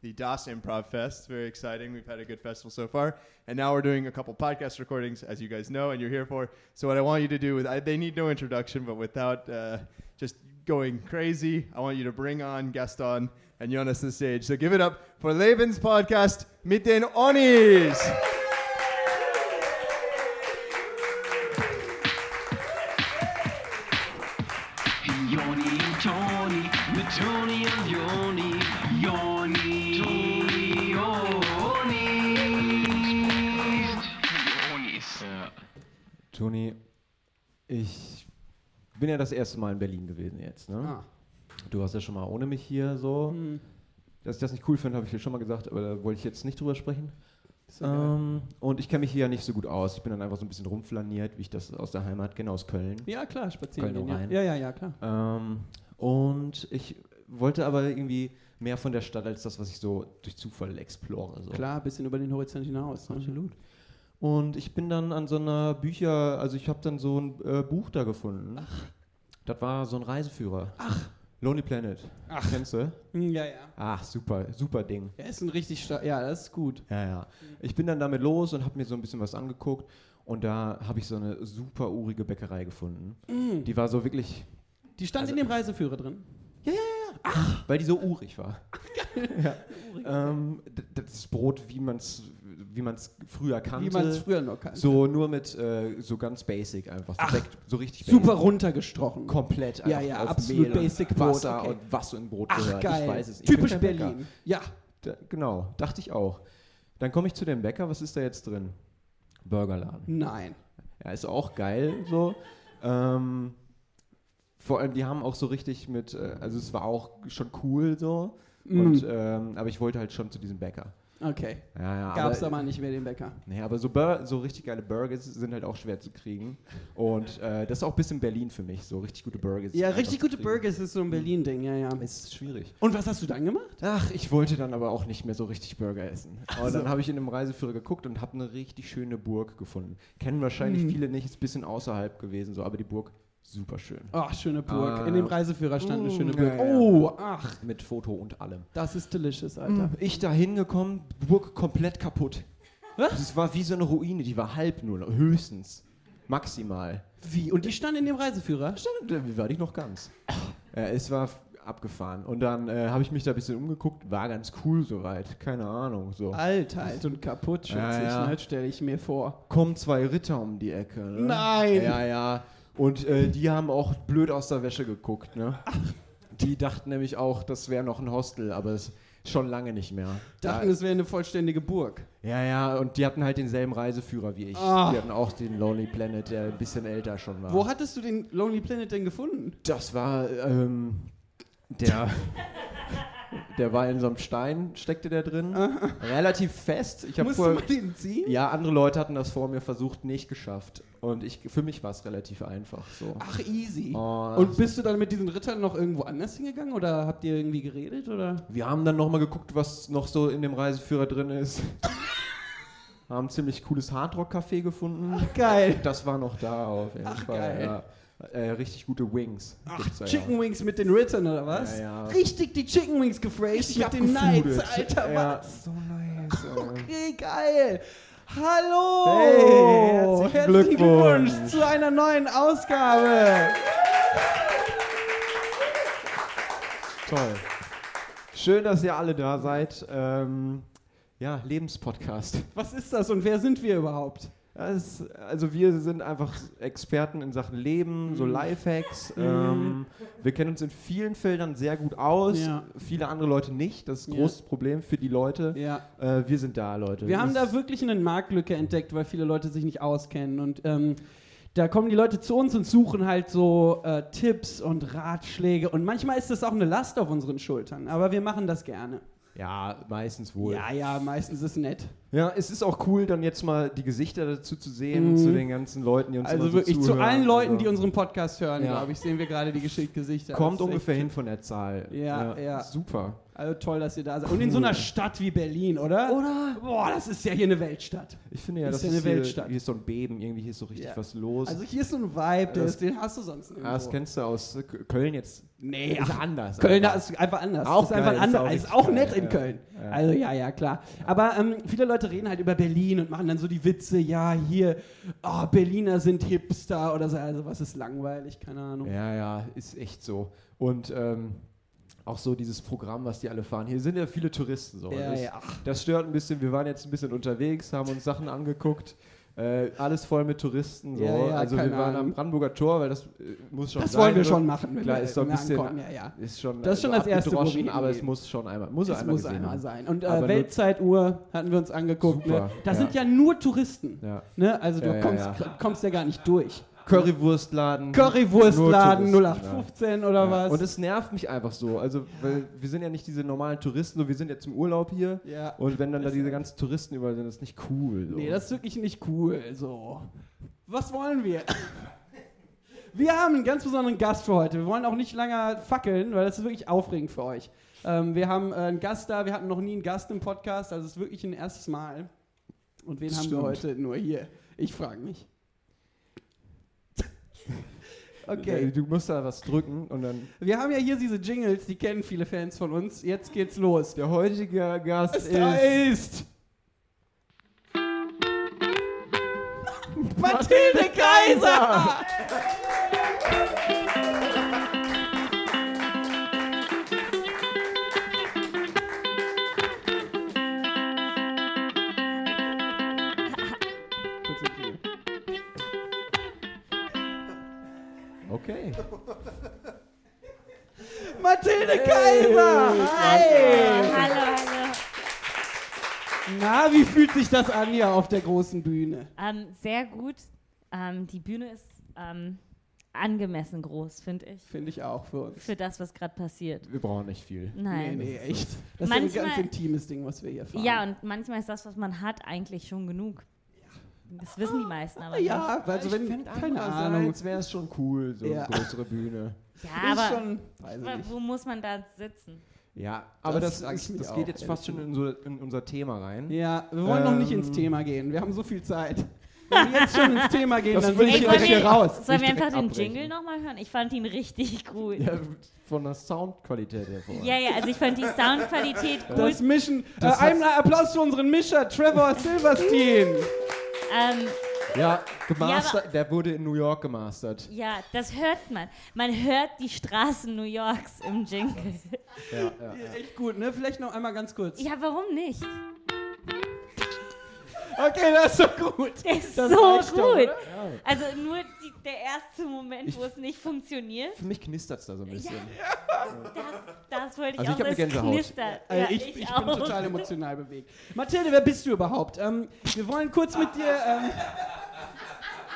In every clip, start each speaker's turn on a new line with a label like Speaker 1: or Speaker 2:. Speaker 1: the Das Improv Fest. Very exciting. We've had a good festival so far. And now we're doing a couple podcast recordings, as you guys know, and you're here for. So, what I want you to do with, I, they need no introduction, but without uh, just going crazy, I want you to bring on Gaston and Jonas to the stage. So, give it up for Leben's podcast, Mit den Onis.
Speaker 2: Joni und Toni, mit Toni und Joni, Joni, Toni, Jonis. Jonis.
Speaker 3: Toni, ich bin ja das erste Mal in Berlin gewesen jetzt.
Speaker 4: Ah.
Speaker 3: Ne? Du warst ja schon mal ohne mich hier so.
Speaker 4: Mhm. Um,
Speaker 3: Dass ich das nicht cool finde, habe ich dir schon mal gesagt, aber da wollte ich jetzt nicht drüber sprechen. Ähm, und ich kenne mich hier ja nicht so gut aus. Ich bin dann einfach so ein bisschen rumflaniert, wie ich das aus der Heimat kenne, aus Köln.
Speaker 4: Ja, klar, spazieren
Speaker 3: Köln
Speaker 4: gehen.
Speaker 3: rein.
Speaker 4: Ja. ja, ja, ja, klar.
Speaker 3: Ähm, und ich wollte aber irgendwie mehr von der Stadt als das, was ich so durch Zufall explore. So.
Speaker 4: Klar, ein bisschen über den Horizont hinaus. Ne? Absolut.
Speaker 3: Und ich bin dann an so einer Bücher, also ich habe dann so ein äh, Buch da gefunden. Ach. Das war so ein Reiseführer. Ach. Lonely Planet. Ach. Kennst du?
Speaker 4: Hm, Ja, ja.
Speaker 3: Ach, super, super Ding.
Speaker 4: Er ist ein richtig stark. Ja, das ist gut.
Speaker 3: Ja, ja. Ich bin dann damit los und habe mir so ein bisschen was angeguckt und da habe ich so eine super urige Bäckerei gefunden. Die war so wirklich,
Speaker 4: Die stand
Speaker 3: Also
Speaker 4: in dem Reiseführer drin.
Speaker 3: weil die so urig war. ja. ähm, d- das Brot, wie man es wie man's früher kannte.
Speaker 4: Wie man es früher noch kannte.
Speaker 3: So nur mit äh, so ganz basic einfach. So, direkt, so richtig
Speaker 4: Super runtergestrochen.
Speaker 3: komplett
Speaker 4: Ja,
Speaker 3: einfach
Speaker 4: ja,
Speaker 3: auf
Speaker 4: absolut
Speaker 3: Mehl und
Speaker 4: basic Brot,
Speaker 3: Wasser
Speaker 4: okay.
Speaker 3: und was so in Brot
Speaker 4: Ach,
Speaker 3: gehört.
Speaker 4: geil.
Speaker 3: Ich weiß es. Ich
Speaker 4: Typisch
Speaker 3: bin kein Bäcker.
Speaker 4: Berlin. Ja.
Speaker 3: Da, genau, dachte ich auch. Dann komme ich zu dem Bäcker, was ist da jetzt drin? Burgerladen.
Speaker 4: Nein.
Speaker 3: Ja, ist auch geil so. Ähm, vor allem, die haben auch so richtig mit, äh, also es war auch schon cool so.
Speaker 4: Mhm.
Speaker 3: Und, ähm, aber ich wollte halt schon zu diesem Bäcker.
Speaker 4: Okay.
Speaker 3: Ja, ja,
Speaker 4: Gab es
Speaker 3: aber,
Speaker 4: aber nicht mehr den Bäcker.
Speaker 3: Nee, aber so, Bur so richtig geile Burgers sind halt auch schwer zu kriegen. Und äh, das ist auch ein bisschen Berlin für mich, so richtig gute Burgers.
Speaker 4: Ja,
Speaker 3: einfach
Speaker 4: richtig
Speaker 3: zu
Speaker 4: gute
Speaker 3: kriegen.
Speaker 4: Burgers ist so ein Berlin-Ding, ja, ja.
Speaker 3: Ist schwierig.
Speaker 4: Und was hast du dann gemacht?
Speaker 3: Ach, ich wollte dann aber auch nicht mehr so richtig Burger essen. Und
Speaker 4: so.
Speaker 3: dann habe ich in einem Reiseführer geguckt und habe eine richtig schöne Burg gefunden. Kennen
Speaker 4: Hm.
Speaker 3: wahrscheinlich viele nicht, ist ein bisschen außerhalb gewesen, so, aber die Burg super schön.
Speaker 4: Ach, schöne Burg.
Speaker 3: Ah.
Speaker 4: In dem Reiseführer stand eine schöne
Speaker 3: uh, ja,
Speaker 4: Burg.
Speaker 3: ja.
Speaker 4: Oh, ach, Hm.
Speaker 3: Mit Foto und allem.
Speaker 4: das ist delicious, Alter.
Speaker 3: Ich da hingekommen, Burg komplett kaputt. Was? Das war wie so eine Ruine, die war halb nur, noch, höchstens. Maximal.
Speaker 4: Wie? Und die stand in dem Reiseführer?
Speaker 3: Stand, äh, war ich noch ganz. äh, es war f- abgefahren. Und dann äh, habe ich mich da ein bisschen umgeguckt, war ganz cool soweit. Keine Ahnung. So.
Speaker 4: Alt, alt halt und kaputt, schätze
Speaker 3: Ja, ja.
Speaker 4: ich, ne? stelle ich mir vor.
Speaker 3: kommen zwei Ritter um die Ecke. Ne?
Speaker 4: Nein!
Speaker 3: Ja, ja. Und äh, die haben auch blöd aus der Wäsche geguckt, ne? Die dachten nämlich auch, das wäre noch ein Hostel, aber es schon lange nicht mehr.
Speaker 4: Dachten, es wäre eine vollständige Burg.
Speaker 3: ja, ja, und die hatten halt denselben Reiseführer wie ich.
Speaker 4: Ah.
Speaker 3: Die hatten auch den Lonely Planet, der ein bisschen älter schon war.
Speaker 4: Wo hattest du den Lonely Planet denn gefunden?
Speaker 3: das war, ähm, der. Der war in so einem Stein, steckte der drin. Relativ fest. Ich habe
Speaker 4: Musst du
Speaker 3: vorher
Speaker 4: mal den ziehen?
Speaker 3: Ja, andere Leute hatten das vor mir versucht, nicht geschafft. Und ich, für mich war es relativ einfach so.
Speaker 4: Ach, easy.
Speaker 3: Oh,
Speaker 4: und bist du dann mit diesen Rittern noch irgendwo anders hingegangen oder habt ihr irgendwie geredet oder?
Speaker 3: Wir haben dann nochmal geguckt, was noch so in dem Reiseführer drin ist. haben ein ziemlich cooles Hardrock-Café gefunden.
Speaker 4: Geil.
Speaker 3: Das war noch da auf jeden
Speaker 4: Ach,
Speaker 3: Fall.
Speaker 4: geil.
Speaker 3: Ja. Äh, richtig gute Wings. gibt's da,
Speaker 4: Chicken Wings mit den Rittern oder was?
Speaker 3: Ja, ja.
Speaker 4: Richtig die Chicken Wings gefraced
Speaker 3: ja.
Speaker 4: mit den Knights, Alter.
Speaker 3: ja.
Speaker 4: Was? Oh,
Speaker 3: So nice. ey.
Speaker 4: Okay, geil. Hallo.
Speaker 3: Hey, herzlichen Glückwunsch.
Speaker 4: zu einer neuen Ausgabe.
Speaker 3: Toll. Schön, dass ihr alle da seid. Ähm, ja, Lebenspodcast.
Speaker 4: Was ist das und wer sind wir überhaupt?
Speaker 3: Ja, es ist- also wir sind einfach Experten in Sachen Leben,
Speaker 4: Mhm.
Speaker 3: so Lifehacks. Ähm, wir kennen uns in vielen Feldern sehr gut aus,
Speaker 4: Ja.
Speaker 3: viele andere Leute nicht. Das ist ein
Speaker 4: Ja.
Speaker 3: großes Problem für die Leute.
Speaker 4: Ja.
Speaker 3: Äh, wir sind da, Leute.
Speaker 4: Wir haben
Speaker 3: Das-
Speaker 4: da wirklich eine Marktlücke entdeckt, weil viele Leute sich nicht auskennen. Und ähm, da kommen die Leute zu uns und suchen halt so äh, Tipps und Ratschläge. Und manchmal ist das auch eine Last auf unseren Schultern. Aber wir machen das gerne.
Speaker 3: ja, meistens wohl.
Speaker 4: Ja, ja, meistens ist nett.
Speaker 3: Ja, es ist auch cool, dann jetzt mal die Gesichter dazu zu sehen,
Speaker 4: Mhm.
Speaker 3: zu den ganzen Leuten, die uns immer
Speaker 4: Also
Speaker 3: so
Speaker 4: wirklich zu
Speaker 3: zuhören.
Speaker 4: allen Leuten,
Speaker 3: Also
Speaker 4: die unseren Podcast hören,
Speaker 3: Ja.
Speaker 4: glaube ich, sehen wir gerade die Geschick- Gesichter.
Speaker 3: Kommt
Speaker 4: Das ist
Speaker 3: ungefähr
Speaker 4: echt-
Speaker 3: hin von der Zahl.
Speaker 4: Ja, ja.
Speaker 3: Super.
Speaker 4: Also toll, dass ihr da seid. Und in so einer Stadt wie Berlin, oder?
Speaker 3: Oder?
Speaker 4: Boah, das ist ja hier eine Weltstadt.
Speaker 3: Ich finde ja,
Speaker 4: Ist
Speaker 3: das
Speaker 4: ja
Speaker 3: ist
Speaker 4: eine
Speaker 3: hier,
Speaker 4: Weltstadt.
Speaker 3: hier ist so ein Beben, irgendwie hier ist so richtig
Speaker 4: Ja.
Speaker 3: was los.
Speaker 4: Also hier ist so ein Vibe, der
Speaker 3: Das-
Speaker 4: ist, den hast du sonst nirgendwo.
Speaker 3: ah, das kennst du aus äh, K- Köln jetzt.
Speaker 4: nee,
Speaker 3: ist
Speaker 4: ach,
Speaker 3: anders.
Speaker 4: Köln da
Speaker 3: einfach.
Speaker 4: ist einfach anders.
Speaker 3: Auch
Speaker 4: ist einfach
Speaker 3: geil, ist
Speaker 4: anders.
Speaker 3: auch
Speaker 4: Ist
Speaker 3: richtig
Speaker 4: auch,
Speaker 3: geil,
Speaker 4: nett in
Speaker 3: ja.
Speaker 4: Köln.
Speaker 3: Ja.
Speaker 4: Also ja, ja, klar. Aber ähm, viele Leute reden halt über Berlin und machen dann so die Witze, ja, hier, oh, Berliner sind Hipster oder so. Also was ist langweilig, keine Ahnung.
Speaker 3: Ja, ja, ist echt so. Und ähm, auch so dieses Programm, was die alle fahren. Hier sind ja viele Touristen so.
Speaker 4: Ja,
Speaker 3: das,
Speaker 4: ja, ach.
Speaker 3: das stört ein bisschen. Wir waren jetzt ein bisschen unterwegs, haben uns Sachen angeguckt. Äh, alles voll mit Touristen. So.
Speaker 4: Ja, ja,
Speaker 3: also wir
Speaker 4: keine
Speaker 3: waren
Speaker 4: Ahnung.
Speaker 3: am Brandenburger Tor, weil das äh, muss schon
Speaker 4: Das
Speaker 3: sein.
Speaker 4: wollen wir
Speaker 3: ne?
Speaker 4: schon machen, wenn
Speaker 3: Klar,
Speaker 4: wir,
Speaker 3: ist doch ein
Speaker 4: wenn wir
Speaker 3: bisschen
Speaker 4: ankommen. Ja, ja.
Speaker 3: Ist schon,
Speaker 4: Das ist schon das Erste, wo wir
Speaker 3: abgedroschen, aber es
Speaker 4: hingehen.
Speaker 3: muss schon einmal, muss
Speaker 4: Das
Speaker 3: einmal
Speaker 4: muss
Speaker 3: gesehen
Speaker 4: einmal
Speaker 3: haben.
Speaker 4: sein. Und
Speaker 3: Aber
Speaker 4: äh,
Speaker 3: nur-
Speaker 4: Weltzeituhr hatten wir uns angeguckt.
Speaker 3: Super,
Speaker 4: Ne? Da
Speaker 3: ja.
Speaker 4: sind ja nur Touristen.
Speaker 3: Ja.
Speaker 4: Ne? Also du
Speaker 3: Ja, ja,
Speaker 4: kommst,
Speaker 3: ja.
Speaker 4: kommst ja gar nicht durch.
Speaker 3: Currywurstladen.
Speaker 4: Currywurstladen
Speaker 3: Nur Touristen,
Speaker 4: 0815 oder
Speaker 3: Ja.
Speaker 4: was?
Speaker 3: Und es nervt mich einfach so. Also, weil wir sind ja nicht diese normalen Touristen, so wir sind jetzt im Urlaub hier.
Speaker 4: Ja.
Speaker 3: Und wenn dann da diese ganzen Touristen überall sind, das ist nicht cool. So.
Speaker 4: Nee, das ist wirklich nicht cool. So. Was wollen wir? Wir haben einen ganz besonderen Gast für heute. Wir wollen auch nicht lange fackeln, weil das ist wirklich aufregend für euch. Ähm, wir haben äh, einen Gast da, wir hatten noch nie einen Gast im Podcast, also es ist wirklich ein erstes Mal. Und wen
Speaker 3: Das
Speaker 4: haben wir
Speaker 3: stimmt.
Speaker 4: heute nur hier? Ich frage mich.
Speaker 3: Ja,
Speaker 4: Okay.
Speaker 3: Du musst da was drücken und dann.
Speaker 4: Wir haben ja hier diese Jingles, die kennen viele Fans von uns. Jetzt geht's los.
Speaker 3: Der heutige Gast
Speaker 4: Es
Speaker 3: ist.
Speaker 4: da ist Mathilde Kaiser!
Speaker 3: Okay.
Speaker 4: Mathilde Kaiser! Hi!
Speaker 5: Oh, Hallo, hallo.
Speaker 4: Na, wie fühlt sich das an hier auf der großen Bühne?
Speaker 5: Ähm, sehr gut. Ähm, die Bühne ist ähm, angemessen groß, finde ich,
Speaker 4: Finde ich auch für uns.
Speaker 5: für das, was gerade passiert.
Speaker 3: Wir brauchen nicht viel.
Speaker 5: Nein.
Speaker 4: Nee, nee, echt. Das ist ja ein
Speaker 5: Manchmal-
Speaker 4: ganz intimes Ding, was wir hier fahren.
Speaker 5: Ja, und manchmal ist das, was man hat, eigentlich schon genug. Das wissen die meisten aber nicht.
Speaker 4: ja, also wenn, keine Ahnung.
Speaker 3: wäre es schon cool, so
Speaker 4: Ja.
Speaker 3: eine größere Bühne.
Speaker 5: Ja, aber
Speaker 4: ist schon, weiß ich
Speaker 5: wa-
Speaker 4: nicht.
Speaker 5: wo muss man da sitzen?
Speaker 3: Ja, aber
Speaker 4: Das
Speaker 3: das,
Speaker 4: frag ich
Speaker 3: das,
Speaker 4: mich
Speaker 3: das
Speaker 4: auch,
Speaker 3: geht jetzt fast
Speaker 4: ehrlich
Speaker 3: schon in, so, in unser Thema rein.
Speaker 4: Ja, wir wollen noch nicht
Speaker 3: Ähm.
Speaker 4: ins Thema gehen. Wir haben so viel Zeit. Wenn wir jetzt schon ins Thema gehen,
Speaker 3: Das
Speaker 4: dann
Speaker 3: will
Speaker 4: will ich
Speaker 3: ich
Speaker 4: hier
Speaker 5: wollen
Speaker 4: direkt hier
Speaker 5: wir-
Speaker 4: raus.
Speaker 5: Sollen wir
Speaker 3: Nicht
Speaker 5: einfach den
Speaker 3: direkt abbrechen.
Speaker 5: Jingle nochmal hören? Ich fand ihn richtig gut.
Speaker 3: Ja, von der Soundqualität her vor.
Speaker 5: Ja, ja, also ich fand die Soundqualität
Speaker 4: Das
Speaker 5: gut.
Speaker 4: Mischen.
Speaker 3: Das
Speaker 4: äh, einmal Applaus für unseren Mischer, Trevor Silverstein.
Speaker 5: Ähm,
Speaker 3: Ja,
Speaker 5: Ja,
Speaker 3: gemastert, der wurde in New York gemastert.
Speaker 5: ja, das hört man. Man hört die Straßen New Yorks im Jingle.
Speaker 3: Ja, ja.
Speaker 4: Echt gut, ne? Vielleicht noch einmal ganz kurz.
Speaker 5: Ja, warum nicht?
Speaker 4: Okay, das ist so gut.
Speaker 5: Der ist
Speaker 4: Das
Speaker 5: so
Speaker 4: reicht
Speaker 5: gut.
Speaker 4: doch, oder?
Speaker 5: Also nur die, der erste Moment, wo es nicht funktioniert,
Speaker 3: Für mich knistert es da so ein bisschen.
Speaker 5: das wollte ich
Speaker 3: Also ich hab eine
Speaker 5: auch, dass es
Speaker 3: Gänsehaut.
Speaker 5: knistert.
Speaker 4: Äh, ich ich, bin total emotional bewegt. Mathilde, wer bist du überhaupt? Ähm, wir wollen kurz mit dir. Ähm,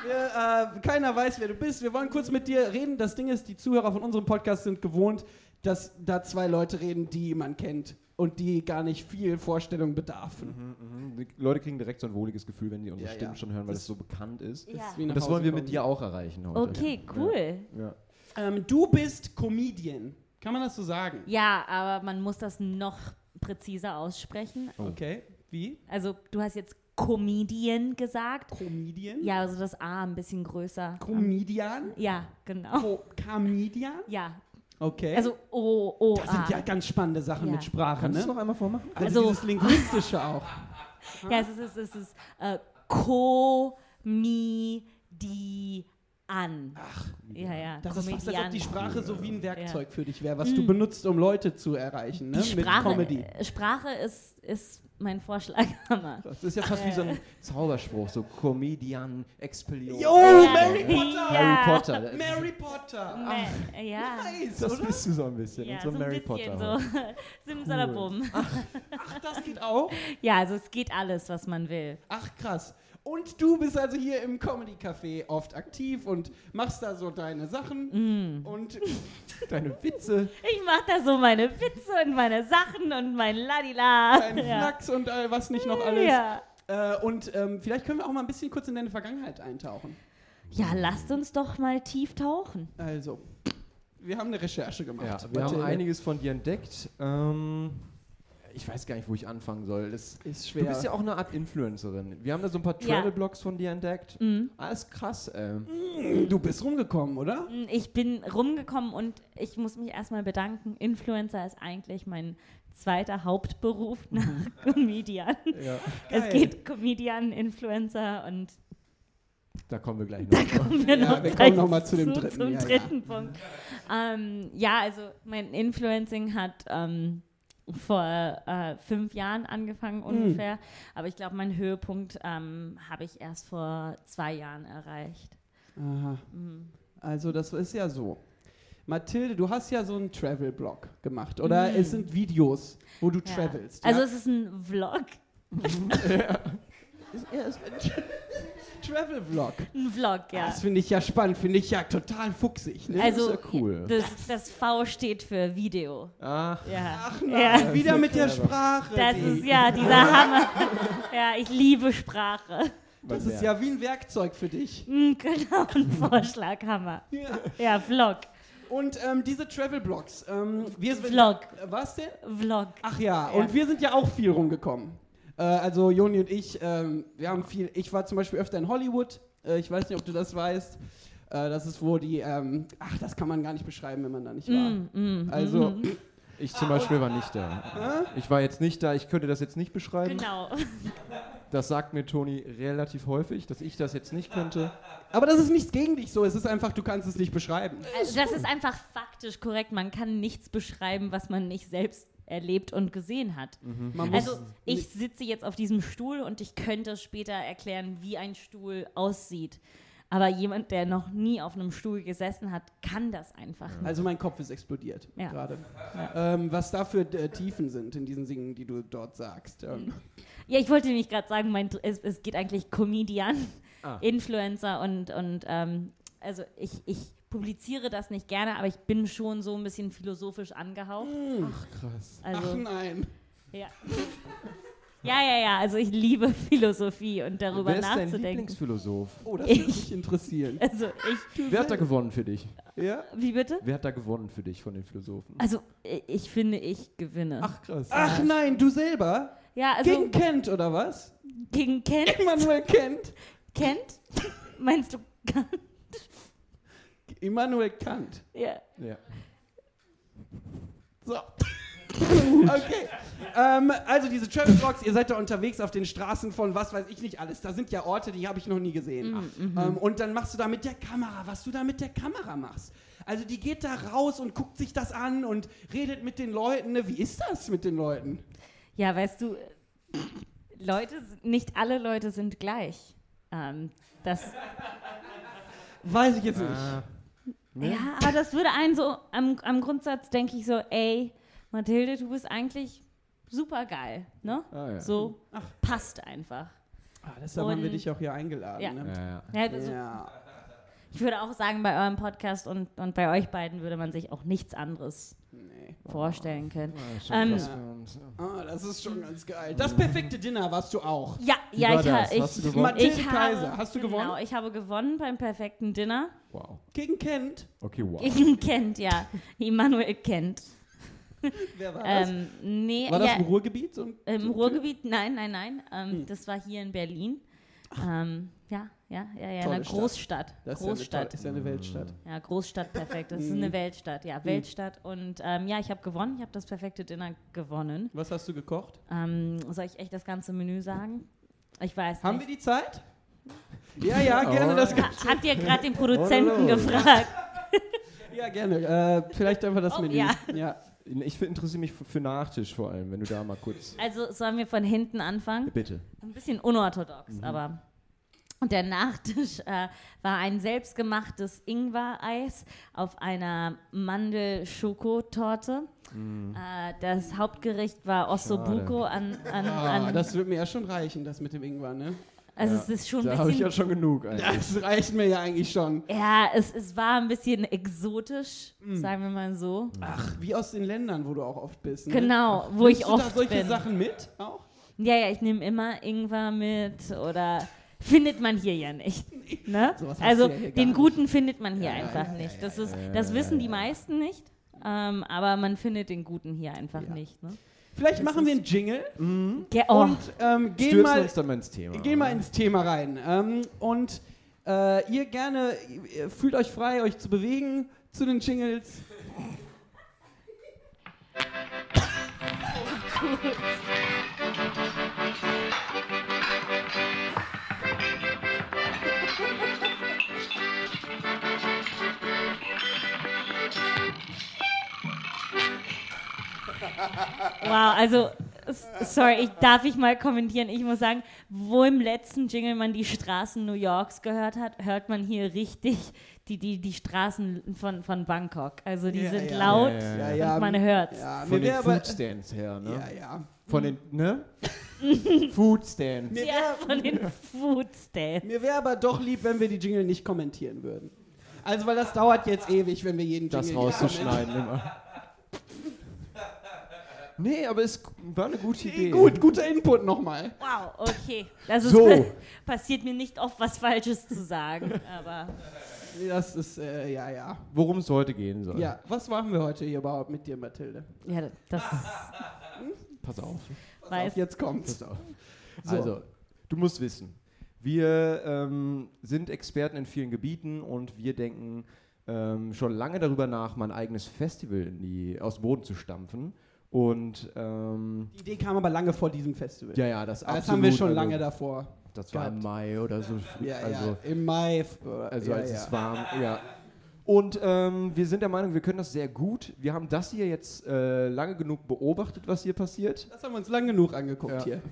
Speaker 4: wir, äh, keiner weiß, wer du bist. Wir wollen kurz mit dir reden. Das Ding ist, die Zuhörer von unserem Podcast sind gewohnt, dass da zwei Leute reden, die man kennt und die gar nicht viel Vorstellung bedarfen.
Speaker 3: Mhm. Die Leute kriegen direkt so ein wohliges Gefühl, wenn sie unsere
Speaker 4: Ja, ja.
Speaker 3: Stimmen schon hören, weil
Speaker 4: Das-
Speaker 3: das, so bekannt ist.
Speaker 5: Ja.
Speaker 4: wie
Speaker 3: Und
Speaker 4: nach
Speaker 3: das
Speaker 4: Hause
Speaker 3: wollen wir
Speaker 4: kommen.
Speaker 3: mit dir auch erreichen heute.
Speaker 5: Okay, cool.
Speaker 3: Ja.
Speaker 4: Ähm, du bist Comedian. Kann man das so sagen?
Speaker 5: Ja, aber man muss das noch präziser aussprechen.
Speaker 4: Okay. Wie?
Speaker 5: Also du hast jetzt Comedian gesagt.
Speaker 4: Comedian?
Speaker 5: Ja, also das A ein bisschen größer.
Speaker 4: Comedian?
Speaker 5: ja, genau.
Speaker 4: Co Comedian?
Speaker 5: Ja,
Speaker 4: Oh. Okay.
Speaker 5: also O, O,
Speaker 4: das
Speaker 5: A.
Speaker 4: sind ja ganz spannende Sachen
Speaker 5: Ja.
Speaker 4: mit Sprache,
Speaker 3: Kannst du
Speaker 4: ne?
Speaker 3: es noch einmal vormachen?
Speaker 4: Also,
Speaker 5: Also-
Speaker 4: dieses Linguistische auch.
Speaker 5: Ja,
Speaker 4: Hm?
Speaker 5: es ist, es ist, es ist äh, Co, Mi, Di, An. Ach, ja, ja.
Speaker 4: Das ist fast, als ob die
Speaker 5: Comedian.
Speaker 4: Sprache so wie ein Werkzeug für dich wäre, was du benutzt, um Leute zu erreichen, ne?
Speaker 5: Mm. Die Sprache,
Speaker 4: Mit Comedy.
Speaker 5: äh, Sprache ist, ist mein Vorschlaghammer.
Speaker 3: Das ist ja fast wie so
Speaker 5: Äh.
Speaker 3: ein Zauberspruch, so Comedian Expellion.
Speaker 4: Yo, Oh, Mary Potter!
Speaker 5: Ja.
Speaker 3: Harry Potter.
Speaker 4: Mary Potter! Ah,
Speaker 5: Ma- ja.
Speaker 4: Nice,
Speaker 3: Das
Speaker 4: oder?
Speaker 3: bist du so ein bisschen.
Speaker 5: Ja,
Speaker 3: so
Speaker 5: so
Speaker 3: ein
Speaker 5: ein
Speaker 3: Mary
Speaker 5: bisschen
Speaker 3: Potter.
Speaker 5: so. Simsalabum.
Speaker 4: Ach, das geht auch?
Speaker 5: Ja, also es geht alles, was man will.
Speaker 4: Ach, krass. Und du bist also hier
Speaker 5: Mm.
Speaker 4: im Comedy-Café oft aktiv und machst da so deine Sachen und Deine Witze,
Speaker 5: Ich mache da so meine Witze und meine Sachen und mein Ladila.
Speaker 4: dein Flachs und äh, was nicht noch alles.
Speaker 5: Ja.
Speaker 4: Äh, und ähm, vielleicht können wir auch mal ein bisschen kurz in deine Vergangenheit eintauchen.
Speaker 5: ja, lasst uns doch mal tief tauchen.
Speaker 4: Also, wir haben eine Recherche gemacht.
Speaker 3: Ja, wir haben
Speaker 4: Warte,
Speaker 3: einiges von dir entdeckt. Ähm, ich weiß gar nicht, wo ich anfangen soll. Das,
Speaker 4: Ist schwer.
Speaker 3: du bist ja auch eine Art Influencerin. Wir haben da so ein paar
Speaker 5: Ja. Mhm.
Speaker 3: Travel-Blogs von dir entdeckt. Alles krass, ähm, ey.
Speaker 4: du bist rumgekommen, oder?
Speaker 5: Ich bin rumgekommen und ich muss mich erstmal bedanken. Influencer ist eigentlich mein zweiter Hauptberuf
Speaker 4: Mhm.
Speaker 5: nach Comedian.
Speaker 3: Ja.
Speaker 5: Es
Speaker 4: Geil.
Speaker 5: geht Comedian, Influencer und
Speaker 3: Da kommen wir gleich noch. drauf.
Speaker 5: kommen wir
Speaker 4: Ja,
Speaker 5: noch
Speaker 4: wir
Speaker 5: gleich
Speaker 4: kommen noch mal zu dem dritten,
Speaker 5: Zum
Speaker 4: ja, ja.
Speaker 5: dritten Punkt. Ähm, ja, also mein Influencing hat ähm, vor äh, fünf Jahren angefangen
Speaker 4: Hm.
Speaker 5: ungefähr, aber ich glaube, meinen Höhepunkt ähm, habe ich erst vor zwei Jahren erreicht.
Speaker 4: Aha.
Speaker 5: Mhm.
Speaker 4: Also, das ist ja so. Mathilde, du hast ja so einen Travel-Blog gemacht, oder? Es sind Videos, wo du
Speaker 5: Mhm. Ja.
Speaker 4: travelst.
Speaker 5: Also
Speaker 4: ja?
Speaker 5: es ist ein Vlog,
Speaker 4: Travel-Vlog.
Speaker 5: ein Vlog, ja.
Speaker 4: Das finde ich ja spannend, finde ich ja total fuchsig. Ne?
Speaker 5: also
Speaker 3: ja cool.
Speaker 5: das, das V steht für Video.
Speaker 3: Ach,
Speaker 5: Ja.
Speaker 4: Ach nein,
Speaker 5: Ja.
Speaker 4: wieder mit der
Speaker 3: clever.
Speaker 4: Sprache.
Speaker 5: Das
Speaker 4: die-
Speaker 5: ist ja dieser Hammer. Ja, ich liebe Sprache.
Speaker 4: das
Speaker 3: man
Speaker 4: ist ja wie ein Werkzeug für dich.
Speaker 5: Hm, Genau, ein Vorschlaghammer.
Speaker 4: Ja.
Speaker 5: Ja, Vlog,
Speaker 4: Und ähm, diese Travel-Blogs. Ähm, wir sind-
Speaker 5: Vlog.
Speaker 4: Was denn?
Speaker 5: Vlog.
Speaker 4: Ach ja,
Speaker 5: Ja.
Speaker 4: und wir sind ja auch viel rumgekommen. Äh, also Joni und ich, ähm, wir haben viel. Ich war zum Beispiel öfter in Hollywood. Äh, ich weiß nicht, ob du das weißt. Äh, das ist wo die. Ähm, ach, das kann man gar nicht beschreiben, wenn man da nicht war.
Speaker 5: Mm, mm,
Speaker 4: Also
Speaker 5: mm.
Speaker 3: Ich zum Beispiel war nicht da.
Speaker 4: Ah?
Speaker 3: Ich war jetzt nicht da, ich könnte das jetzt nicht beschreiben.
Speaker 5: Genau.
Speaker 3: Das sagt mir Toni relativ häufig, dass ich das jetzt nicht könnte.
Speaker 4: aber das ist nichts gegen dich so. Es ist einfach, du kannst es nicht beschreiben.
Speaker 5: Also das ist einfach faktisch korrekt. Man kann nichts beschreiben, was man nicht selbst erlebt und gesehen hat.
Speaker 3: Mhm.
Speaker 4: Man muss,
Speaker 5: Also ich sitze jetzt auf diesem Stuhl und ich könnte später erklären, wie ein Stuhl aussieht. Aber jemand, der noch nie auf einem Stuhl gesessen hat, kann das einfach nicht.
Speaker 4: also mein Kopf ist explodiert
Speaker 5: Ja.
Speaker 4: gerade. Ähm, was da für äh, Tiefen sind in diesen Singen, die du dort sagst.
Speaker 5: Mm.
Speaker 4: Ähm,
Speaker 5: Ja, ich wollte nämlich gerade sagen, mein, es, es geht eigentlich Comedian,
Speaker 3: Ah.
Speaker 5: Influencer und, und ähm, also ich, ich publiziere das nicht gerne, aber ich bin schon so ein bisschen philosophisch angehaucht.
Speaker 3: Ach, krass.
Speaker 5: Also,
Speaker 4: Ach nein.
Speaker 5: Ja. ja, ja, ja. Also ich liebe Philosophie und darüber
Speaker 3: Wer ist dein
Speaker 5: nachzudenken.
Speaker 3: Lieblingsphilosoph?
Speaker 4: Oh, das würde
Speaker 5: Ich-
Speaker 4: mich interessieren.
Speaker 5: Also ich,
Speaker 3: Wer hat da gewonnen für dich?
Speaker 4: Ja?
Speaker 5: wie bitte?
Speaker 3: Wer hat da gewonnen für dich von den Philosophen? Ah.
Speaker 5: Also i- ich finde, ich gewinne.
Speaker 3: Ach, krass.
Speaker 4: Ach nein, du selber?
Speaker 5: ja, also
Speaker 4: Gegen Kent oder was?
Speaker 5: gegen, Kent.
Speaker 4: Immanuel Kent?
Speaker 5: Kent? Meinst du? Kant?
Speaker 4: Immanuel Kant.
Speaker 5: Ja.
Speaker 3: Ja.
Speaker 4: So. okay. Ähm, also diese Travel Vlogs, ihr seid da unterwegs auf den Straßen von was weiß ich nicht alles. Da sind ja Orte, die habe ich noch nie gesehen.
Speaker 5: Mhm,
Speaker 4: ähm, und dann machst du da mit der Kamera, was du da mit der Kamera machst. Also die geht da raus und guckt sich das an und redet mit den Leuten. Ne? Wie ist das mit den Leuten?
Speaker 5: ja, weißt du, Leute, sind- nicht alle Leute sind gleich. Ähm, das,
Speaker 4: Weiß ich jetzt
Speaker 3: Ah,
Speaker 5: ja, aber das würde einen so, am, am Grundsatz denke ich so, ey, Mathilde, du bist eigentlich super geil, ne?
Speaker 3: ah, ja.
Speaker 5: So, passt einfach.
Speaker 4: Ah, deshalb haben wir
Speaker 5: Und-
Speaker 4: dich auch hier eingeladen.
Speaker 5: Ja.
Speaker 4: Ne?
Speaker 3: Ja, ja.
Speaker 5: Ja, also,
Speaker 4: Ja.
Speaker 5: Ich würde auch sagen, bei eurem Podcast und, und bei euch beiden würde man sich auch nichts anderes
Speaker 4: Nee.
Speaker 5: vorstellen können.
Speaker 3: Ah, schon
Speaker 5: Ähm,
Speaker 3: krass für uns.
Speaker 4: Ah, das ist schon ganz geil. Das perfekte Dinner warst du auch.
Speaker 5: Ja,
Speaker 3: Wie
Speaker 5: ja,
Speaker 3: war
Speaker 5: ich, ha
Speaker 3: das? Hast du
Speaker 5: ich,
Speaker 3: gewonnen?
Speaker 4: Mathilde
Speaker 5: ich
Speaker 4: Kaiser,
Speaker 5: habe,
Speaker 4: hast du
Speaker 5: Genau,
Speaker 4: gewonnen?
Speaker 5: ich habe gewonnen beim perfekten Dinner.
Speaker 3: Wow.
Speaker 4: Gegen Kent.
Speaker 3: Okay, wow.
Speaker 5: Gegen Kent, ja. Immanuel Kent.
Speaker 4: Wer war
Speaker 5: Ähm, nee,
Speaker 4: das? War das
Speaker 5: ja,
Speaker 4: im Ruhrgebiet? So ein, Hm. so
Speaker 5: im
Speaker 4: ein
Speaker 5: Ruhrgebiet? Nein, nein, nein. Ähm, Das war hier in Berlin. Ähm, ja, ja, ja, ja,
Speaker 4: Tolle
Speaker 5: eine
Speaker 4: Stadt.
Speaker 5: Großstadt.
Speaker 4: typ? Das ist ja eine,
Speaker 5: Großstadt.
Speaker 4: tolle- ist ja eine Weltstadt.
Speaker 5: Ja, Großstadt perfekt. Das ist eine Weltstadt, ja,
Speaker 4: Hm.
Speaker 5: Weltstadt. Und ähm, ja, ich habe gewonnen. Ich habe das perfekte Dinner gewonnen.
Speaker 4: Was hast du gekocht?
Speaker 5: Ähm, soll ich echt das ganze Menü sagen? Ich weiß
Speaker 4: Haben wir
Speaker 5: nicht.
Speaker 4: die Zeit? Oh. Ja, ja, gerne. Das,
Speaker 5: Ha, habt ihr gerade den Produzenten gefragt?
Speaker 4: ja, gerne. Äh, vielleicht einfach das
Speaker 5: Oh,
Speaker 4: Menü.
Speaker 5: ja.
Speaker 3: Ich interessiere mich für, für Nachtisch vor allem, wenn du da mal kurz.
Speaker 5: Also sollen wir von hinten anfangen?
Speaker 3: Bitte.
Speaker 5: Ein bisschen unorthodox,
Speaker 4: Mhm.
Speaker 5: aber. Und der Nachtisch äh, war ein selbstgemachtes Ingwer-Eis auf einer Mandel-Schokotorte.
Speaker 4: Mhm.
Speaker 5: Äh, das Hauptgericht war Ossobuco an, an,
Speaker 4: Ah,
Speaker 5: an
Speaker 4: das wird mir ja schon reichen, das mit dem Ingwer, ne?
Speaker 5: Also
Speaker 3: Ja.
Speaker 5: es ist schon
Speaker 3: Da
Speaker 5: ein
Speaker 3: habe ich
Speaker 5: bisschen.
Speaker 3: ja schon genug eigentlich.
Speaker 4: Das reicht mir ja Mhm. eigentlich schon.
Speaker 5: Ja, es, es war ein bisschen exotisch, sagen wir mal so.
Speaker 4: Ach, wie aus den Ländern, wo du auch oft bist. Ne?
Speaker 5: Genau, wo
Speaker 4: Nimmst
Speaker 5: ich
Speaker 4: du
Speaker 5: oft
Speaker 4: da solche
Speaker 5: bin.
Speaker 4: Sachen mit auch?
Speaker 5: Ja, ja, ich nehme immer Ingwer mit oder findet man hier ja nicht. Ne?
Speaker 4: Sowas hast
Speaker 5: also
Speaker 4: du ja hier gar
Speaker 5: den
Speaker 4: nicht.
Speaker 5: guten findet man hier
Speaker 4: Ja, ja,
Speaker 5: einfach
Speaker 4: ja, ja,
Speaker 5: nicht.
Speaker 4: ja,
Speaker 5: Das, ist, das wissen die meisten nicht, ähm, aber man findet den guten hier einfach
Speaker 4: Ja.
Speaker 5: nicht. Ne?
Speaker 4: Vielleicht machen wir einen Jingle
Speaker 5: Ge oh,
Speaker 4: und ähm, gehen
Speaker 3: Stürzen
Speaker 4: mal
Speaker 3: uns dann mal ins Thema.
Speaker 4: Geh mal ins Thema rein. Ähm, und äh, ihr gerne ihr fühlt euch frei, euch zu bewegen zu den Jingles.
Speaker 5: wow, also s- sorry, ich darf ich mal kommentieren. Ich muss sagen, wo im letzten Jingle man die Straßen New Yorks gehört hat, hört man hier richtig die, die, die Straßen von, von Bangkok. Also die
Speaker 4: Ja,
Speaker 5: sind
Speaker 4: ja.
Speaker 5: laut
Speaker 3: Ja, ja,
Speaker 4: Ja,
Speaker 5: und
Speaker 4: ja.
Speaker 5: man hört's.
Speaker 4: Ja, mir
Speaker 3: Von den
Speaker 4: wäre aber.
Speaker 3: Foodstands her, ne?
Speaker 4: Ja, ja.
Speaker 3: Von den, ne? Foodstands.
Speaker 4: Mir
Speaker 5: Ja,
Speaker 4: wäre
Speaker 5: von den Foodstands.
Speaker 4: mir wär aber doch lieb, wenn wir die Jingle nicht kommentieren würden. Also, weil das dauert jetzt ewig, wenn wir jeden
Speaker 3: Das
Speaker 4: Jingle jetzt
Speaker 3: rauszuschneiden immer. Nee, aber es war eine gute
Speaker 4: kommentieren.
Speaker 3: Idee.
Speaker 4: Gut, guter Input nochmal.
Speaker 5: Wow, okay. Das ist
Speaker 3: So.
Speaker 5: passiert mir nicht oft, was Falsches zu sagen, aber
Speaker 4: Das ist, äh, ja, ja.
Speaker 3: Worum es heute gehen soll.
Speaker 4: Ja, was machen wir heute hier überhaupt mit dir, Mathilde?
Speaker 5: ja, das
Speaker 3: Pass auf.
Speaker 5: weiß
Speaker 4: Auf, jetzt kommt's.
Speaker 3: Pass auf.
Speaker 4: So.
Speaker 3: Also, du musst wissen, wir ähm, sind Experten in vielen Gebieten und wir denken ähm, schon lange darüber nach, mein eigenes Festival in die, aus dem Boden zu stampfen. Und ähm,
Speaker 4: Die Idee kam aber lange vor diesem Festival.
Speaker 3: ja, ja, das,
Speaker 4: das haben wir
Speaker 3: absolut,
Speaker 4: schon
Speaker 3: also,
Speaker 4: lange davor.
Speaker 3: Das war im
Speaker 4: gehabt.
Speaker 3: Mai oder so.
Speaker 4: Ja,
Speaker 3: also,
Speaker 4: ja. Im Mai. f-
Speaker 3: Also
Speaker 4: ja,
Speaker 3: als
Speaker 4: ja.
Speaker 3: es warm, ja. Und ähm, wir sind der Meinung, wir können das sehr gut. Wir haben das hier jetzt äh, lange genug beobachtet, was hier passiert.
Speaker 4: Das haben wir uns lang genug angeguckt
Speaker 3: Ja.
Speaker 4: hier.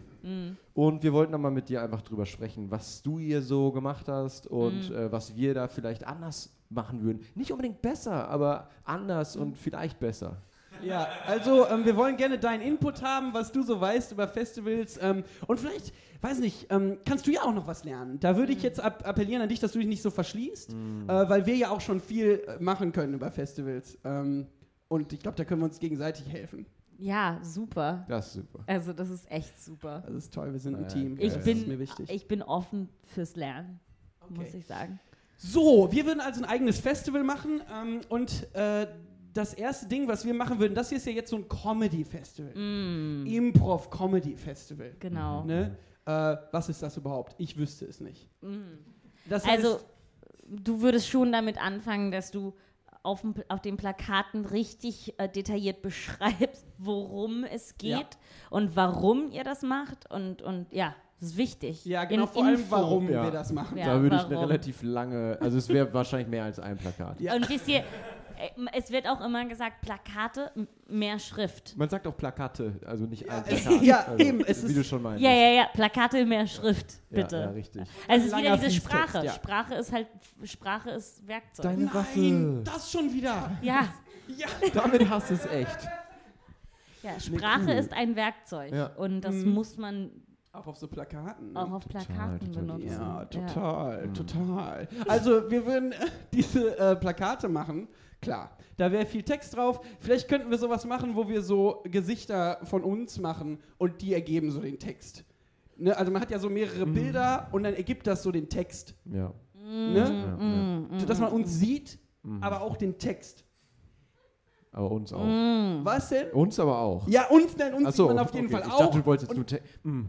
Speaker 3: Und wir wollten dann mal mit dir einfach drüber sprechen, was du hier so gemacht hast und
Speaker 4: Mhm.
Speaker 3: äh, was wir da vielleicht anders machen würden. Nicht unbedingt besser, aber anders
Speaker 4: Mhm.
Speaker 3: und vielleicht besser.
Speaker 4: Ja, also ähm, wir wollen gerne deinen Input haben, was du so weißt über Festivals. Ähm, und vielleicht, weiß nicht, ähm, kannst du ja auch noch was lernen. Da würde ich
Speaker 3: Mhm.
Speaker 4: jetzt ab appellieren an dich, dass du dich nicht so verschließt, äh, weil wir ja auch schon viel äh, machen können über Festivals. Ähm, und ich glaube, da können wir uns gegenseitig helfen.
Speaker 5: Ja, super.
Speaker 3: Das ist super.
Speaker 5: Also das ist echt super.
Speaker 4: Das ist toll, wir sind ein
Speaker 3: Ja,
Speaker 4: Team.
Speaker 3: geil.
Speaker 5: Ich
Speaker 4: das ist
Speaker 5: bin,
Speaker 4: mir wichtig.
Speaker 5: ich bin offen fürs Lernen, muss ich sagen.
Speaker 4: So, wir würden also ein eigenes Festival machen ähm, und äh, das erste Ding, was wir machen würden, das hier ist ja jetzt so ein Comedy-Festival.
Speaker 5: Mm,
Speaker 4: Improv-Comedy-Festival.
Speaker 5: genau.
Speaker 4: Ne? Äh, was ist das überhaupt? Ich wüsste es nicht.
Speaker 5: Mm.
Speaker 4: Das heißt,
Speaker 5: Also du würdest schon damit anfangen, dass du auf, dem, auf den Plakaten richtig äh, detailliert beschreibst, worum es geht
Speaker 4: Ja.
Speaker 5: und warum ihr das macht und, und ja, das ist wichtig.
Speaker 4: ja, genau,
Speaker 5: In
Speaker 4: vor allem,
Speaker 5: Info.
Speaker 4: warum
Speaker 3: Ja.
Speaker 4: wir das machen.
Speaker 5: Ja,
Speaker 3: da würde ich eine
Speaker 5: warum?
Speaker 3: relativ lange, also es wäre wahrscheinlich mehr als ein Plakat.
Speaker 4: Ja.
Speaker 5: Und wisst ihr, äh, es wird auch immer gesagt, Plakate, m- mehr Schrift.
Speaker 3: Man sagt auch Plakate, also nicht ein
Speaker 4: es-
Speaker 3: Plakat.
Speaker 4: ja,
Speaker 3: also,
Speaker 4: eben, es
Speaker 3: wie
Speaker 4: ist-
Speaker 3: du schon meinst.
Speaker 5: Ja, ja, ja, Plakate, mehr Schrift, bitte.
Speaker 3: Ja, ja richtig.
Speaker 5: Also es ist wieder
Speaker 4: Langer
Speaker 5: diese
Speaker 4: Fließtext,
Speaker 5: Sprache.
Speaker 4: ja.
Speaker 5: Sprache ist halt, Sprache ist Werkzeug.
Speaker 3: Deine
Speaker 4: Nein,
Speaker 3: Waffe.
Speaker 4: das schon wieder.
Speaker 5: ja,
Speaker 4: Ja,
Speaker 3: Damit hast du es echt.
Speaker 5: ja, Sprache
Speaker 3: cool.
Speaker 5: ist ein Werkzeug
Speaker 3: Ja.
Speaker 5: und das
Speaker 4: Mhm.
Speaker 5: muss man
Speaker 4: auch auf so Plakaten. ne?
Speaker 5: auch auf Plakaten Mhm.
Speaker 3: total.
Speaker 5: benutzen.
Speaker 4: ja, total, total. Also, wir würden äh, diese äh, Plakate machen. Klar, da wäre viel Text drauf. Vielleicht könnten wir sowas machen, wo wir so Gesichter von uns machen und die ergeben so den Text. Ne? Also, man hat ja so mehrere
Speaker 5: Mhm.
Speaker 4: Bilder und dann ergibt das so den Text.
Speaker 3: Ja.
Speaker 4: Ne?
Speaker 3: ja, ja.
Speaker 5: Mhm.
Speaker 4: so, dass man uns sieht, aber auch den Text.
Speaker 3: Aber uns auch.
Speaker 5: Mm.
Speaker 3: Mhm.
Speaker 4: Was denn?
Speaker 3: Uns aber auch.
Speaker 4: Ja, uns, nein, uns
Speaker 3: Achso,
Speaker 4: sieht man auf jeden
Speaker 3: Oh. okay.
Speaker 4: Fall
Speaker 3: ich
Speaker 4: auch.
Speaker 3: Dachte, du wolltest
Speaker 4: und,
Speaker 3: nur Te- Mm.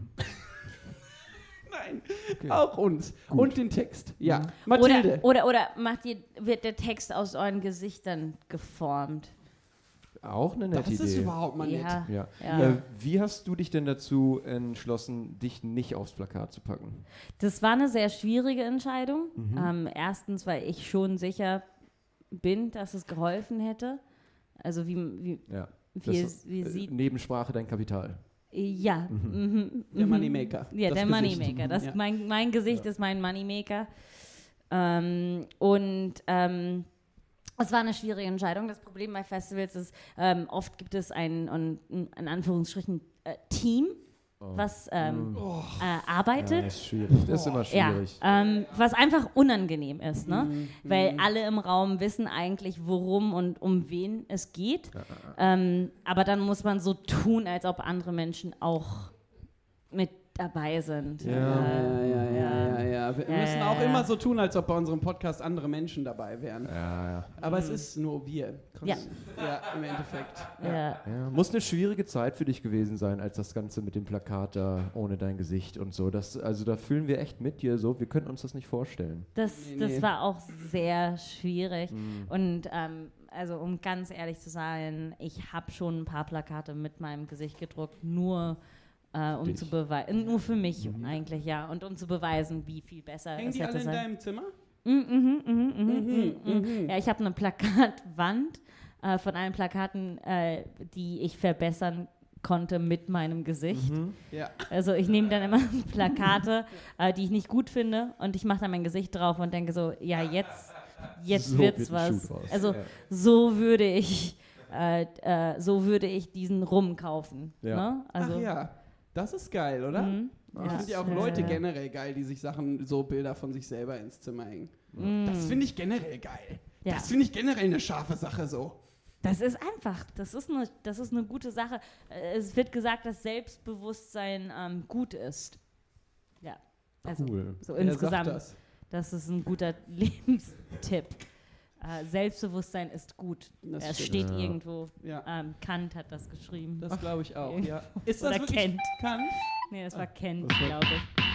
Speaker 4: nein, auch uns. Und den Text.
Speaker 3: Mhm.
Speaker 4: Ja. Mathilde.
Speaker 5: Oder, oder, oder macht ihr, wird der Text aus euren Gesichtern geformt?
Speaker 3: Auch eine nette
Speaker 4: das
Speaker 3: Idee.
Speaker 4: ist überhaupt mal nett.
Speaker 5: Ja.
Speaker 3: ja.
Speaker 5: Ja.
Speaker 3: Äh, wie hast du dich denn dazu entschlossen, dich nicht aufs Plakat zu packen?
Speaker 5: Das war eine sehr schwierige Entscheidung. Ähm, erstens, weil ich schon sicher bin, dass es geholfen hätte. Also wie, wie,
Speaker 3: Ja.
Speaker 5: wie,
Speaker 3: Das-
Speaker 5: es, wie
Speaker 3: äh,
Speaker 5: sieht.
Speaker 3: Nebensprache dein Kapital.
Speaker 5: Ja. Mhm.
Speaker 4: Der
Speaker 5: mhm.
Speaker 4: Moneymaker.
Speaker 5: Ja,
Speaker 4: Das
Speaker 5: der
Speaker 4: Gesicht.
Speaker 5: Moneymaker. Das,
Speaker 4: Ja.
Speaker 5: mein, mein Gesicht ist mein Moneymaker. Ähm, und ähm, es war eine schwierige Entscheidung. Das Problem bei Festivals ist, ähm, oft gibt es ein, und, in Anführungsstrichen, äh, Team. was ähm,
Speaker 4: Oh.
Speaker 5: äh,
Speaker 3: Ja,
Speaker 5: arbeitet.
Speaker 3: das ist schwierig. Das ist immer
Speaker 5: Ja,
Speaker 3: schwierig.
Speaker 5: ähm, was einfach unangenehm ist, ne? Weil alle im Raum wissen eigentlich, worum und um wen es geht. Ähm, aber dann muss man so tun, als ob andere Menschen auch mit dabei sind.
Speaker 3: Ja.
Speaker 5: Äh,
Speaker 4: Ja, ja, ja, ja, ja. Wir
Speaker 5: Ja,
Speaker 4: müssen
Speaker 5: ja,
Speaker 4: auch
Speaker 5: ja.
Speaker 4: immer so tun, als ob bei unserem Podcast andere Menschen dabei wären.
Speaker 3: Ja, ja.
Speaker 4: Aber es ist nur wir. Krass.
Speaker 5: Mhm. Ja.
Speaker 4: ja, im Endeffekt.
Speaker 5: ja.
Speaker 3: Ja, muss eine schwierige Zeit für dich gewesen sein, als das Ganze mit dem Plakat da ohne dein Gesicht und so. Das, also da fühlen wir echt mit dir so. Wir können uns das nicht vorstellen.
Speaker 5: Das,
Speaker 4: Nee, nee. Mm.
Speaker 5: das war auch sehr schwierig. Und ähm, also um ganz ehrlich zu sein, ich habe schon ein paar Plakate mit meinem Gesicht gedruckt, nur äh, um
Speaker 3: Dich.
Speaker 5: zu beweisen, nur für mich eigentlich, ja. Und um zu beweisen, wie viel besser
Speaker 4: Mhm. Hängen
Speaker 5: es
Speaker 4: die alle
Speaker 5: hätte
Speaker 4: in
Speaker 5: sein.
Speaker 4: deinem Zimmer?
Speaker 5: Mhm, mhm, mhm,
Speaker 4: Mhm,
Speaker 5: mhm,
Speaker 4: mhm.
Speaker 5: mhm. Ja, ich habe eine Plakatwand äh, von allen Plakaten, äh, die ich verbessern konnte mit meinem Gesicht.
Speaker 4: Ja.
Speaker 5: Also ich nehme dann immer Plakate, äh, die ich nicht gut finde und ich mache dann mein Gesicht drauf und denke so, ja, jetzt, jetzt
Speaker 3: So
Speaker 5: wird's
Speaker 3: wird ein Schuh
Speaker 5: was.
Speaker 3: draus.
Speaker 5: Also
Speaker 3: Ja.
Speaker 5: so würde ich äh, äh, so würde ich diesen Rum kaufen.
Speaker 3: Ja.
Speaker 5: Ne? Also,
Speaker 4: Ach ja. Das ist geil, oder?
Speaker 5: mhm.
Speaker 4: Ich
Speaker 5: Ja.
Speaker 4: finde ja auch Leute
Speaker 5: Ja.
Speaker 4: generell geil, die sich Sachen, so Bilder von sich selber ins Zimmer hängen.
Speaker 5: Mhm.
Speaker 4: Das finde ich generell geil.
Speaker 5: Ja.
Speaker 4: Das finde ich generell eine scharfe Sache so.
Speaker 5: Das ist einfach, das ist eine, das ist eine gute Sache. Äh, Es wird gesagt, dass Selbstbewusstsein ähm, gut ist. Ja, also
Speaker 3: Cool.
Speaker 5: so
Speaker 4: Wer sagt
Speaker 5: insgesamt, das?
Speaker 4: das?
Speaker 5: ist ein guter Lebenstipp. Äh, Selbstbewusstsein ist gut.
Speaker 4: Das
Speaker 5: es
Speaker 4: stimmt.
Speaker 5: steht
Speaker 3: Ja.
Speaker 5: irgendwo.
Speaker 4: Ja,
Speaker 5: Ähm, Kant hat das geschrieben.
Speaker 4: das glaube ich auch.
Speaker 5: Okay.
Speaker 4: Ja. Ist das
Speaker 5: Oder
Speaker 4: wirklich Ah.
Speaker 5: Kent.
Speaker 4: Kant?
Speaker 5: nee, das war Kant,
Speaker 3: das war-
Speaker 5: glaube ich.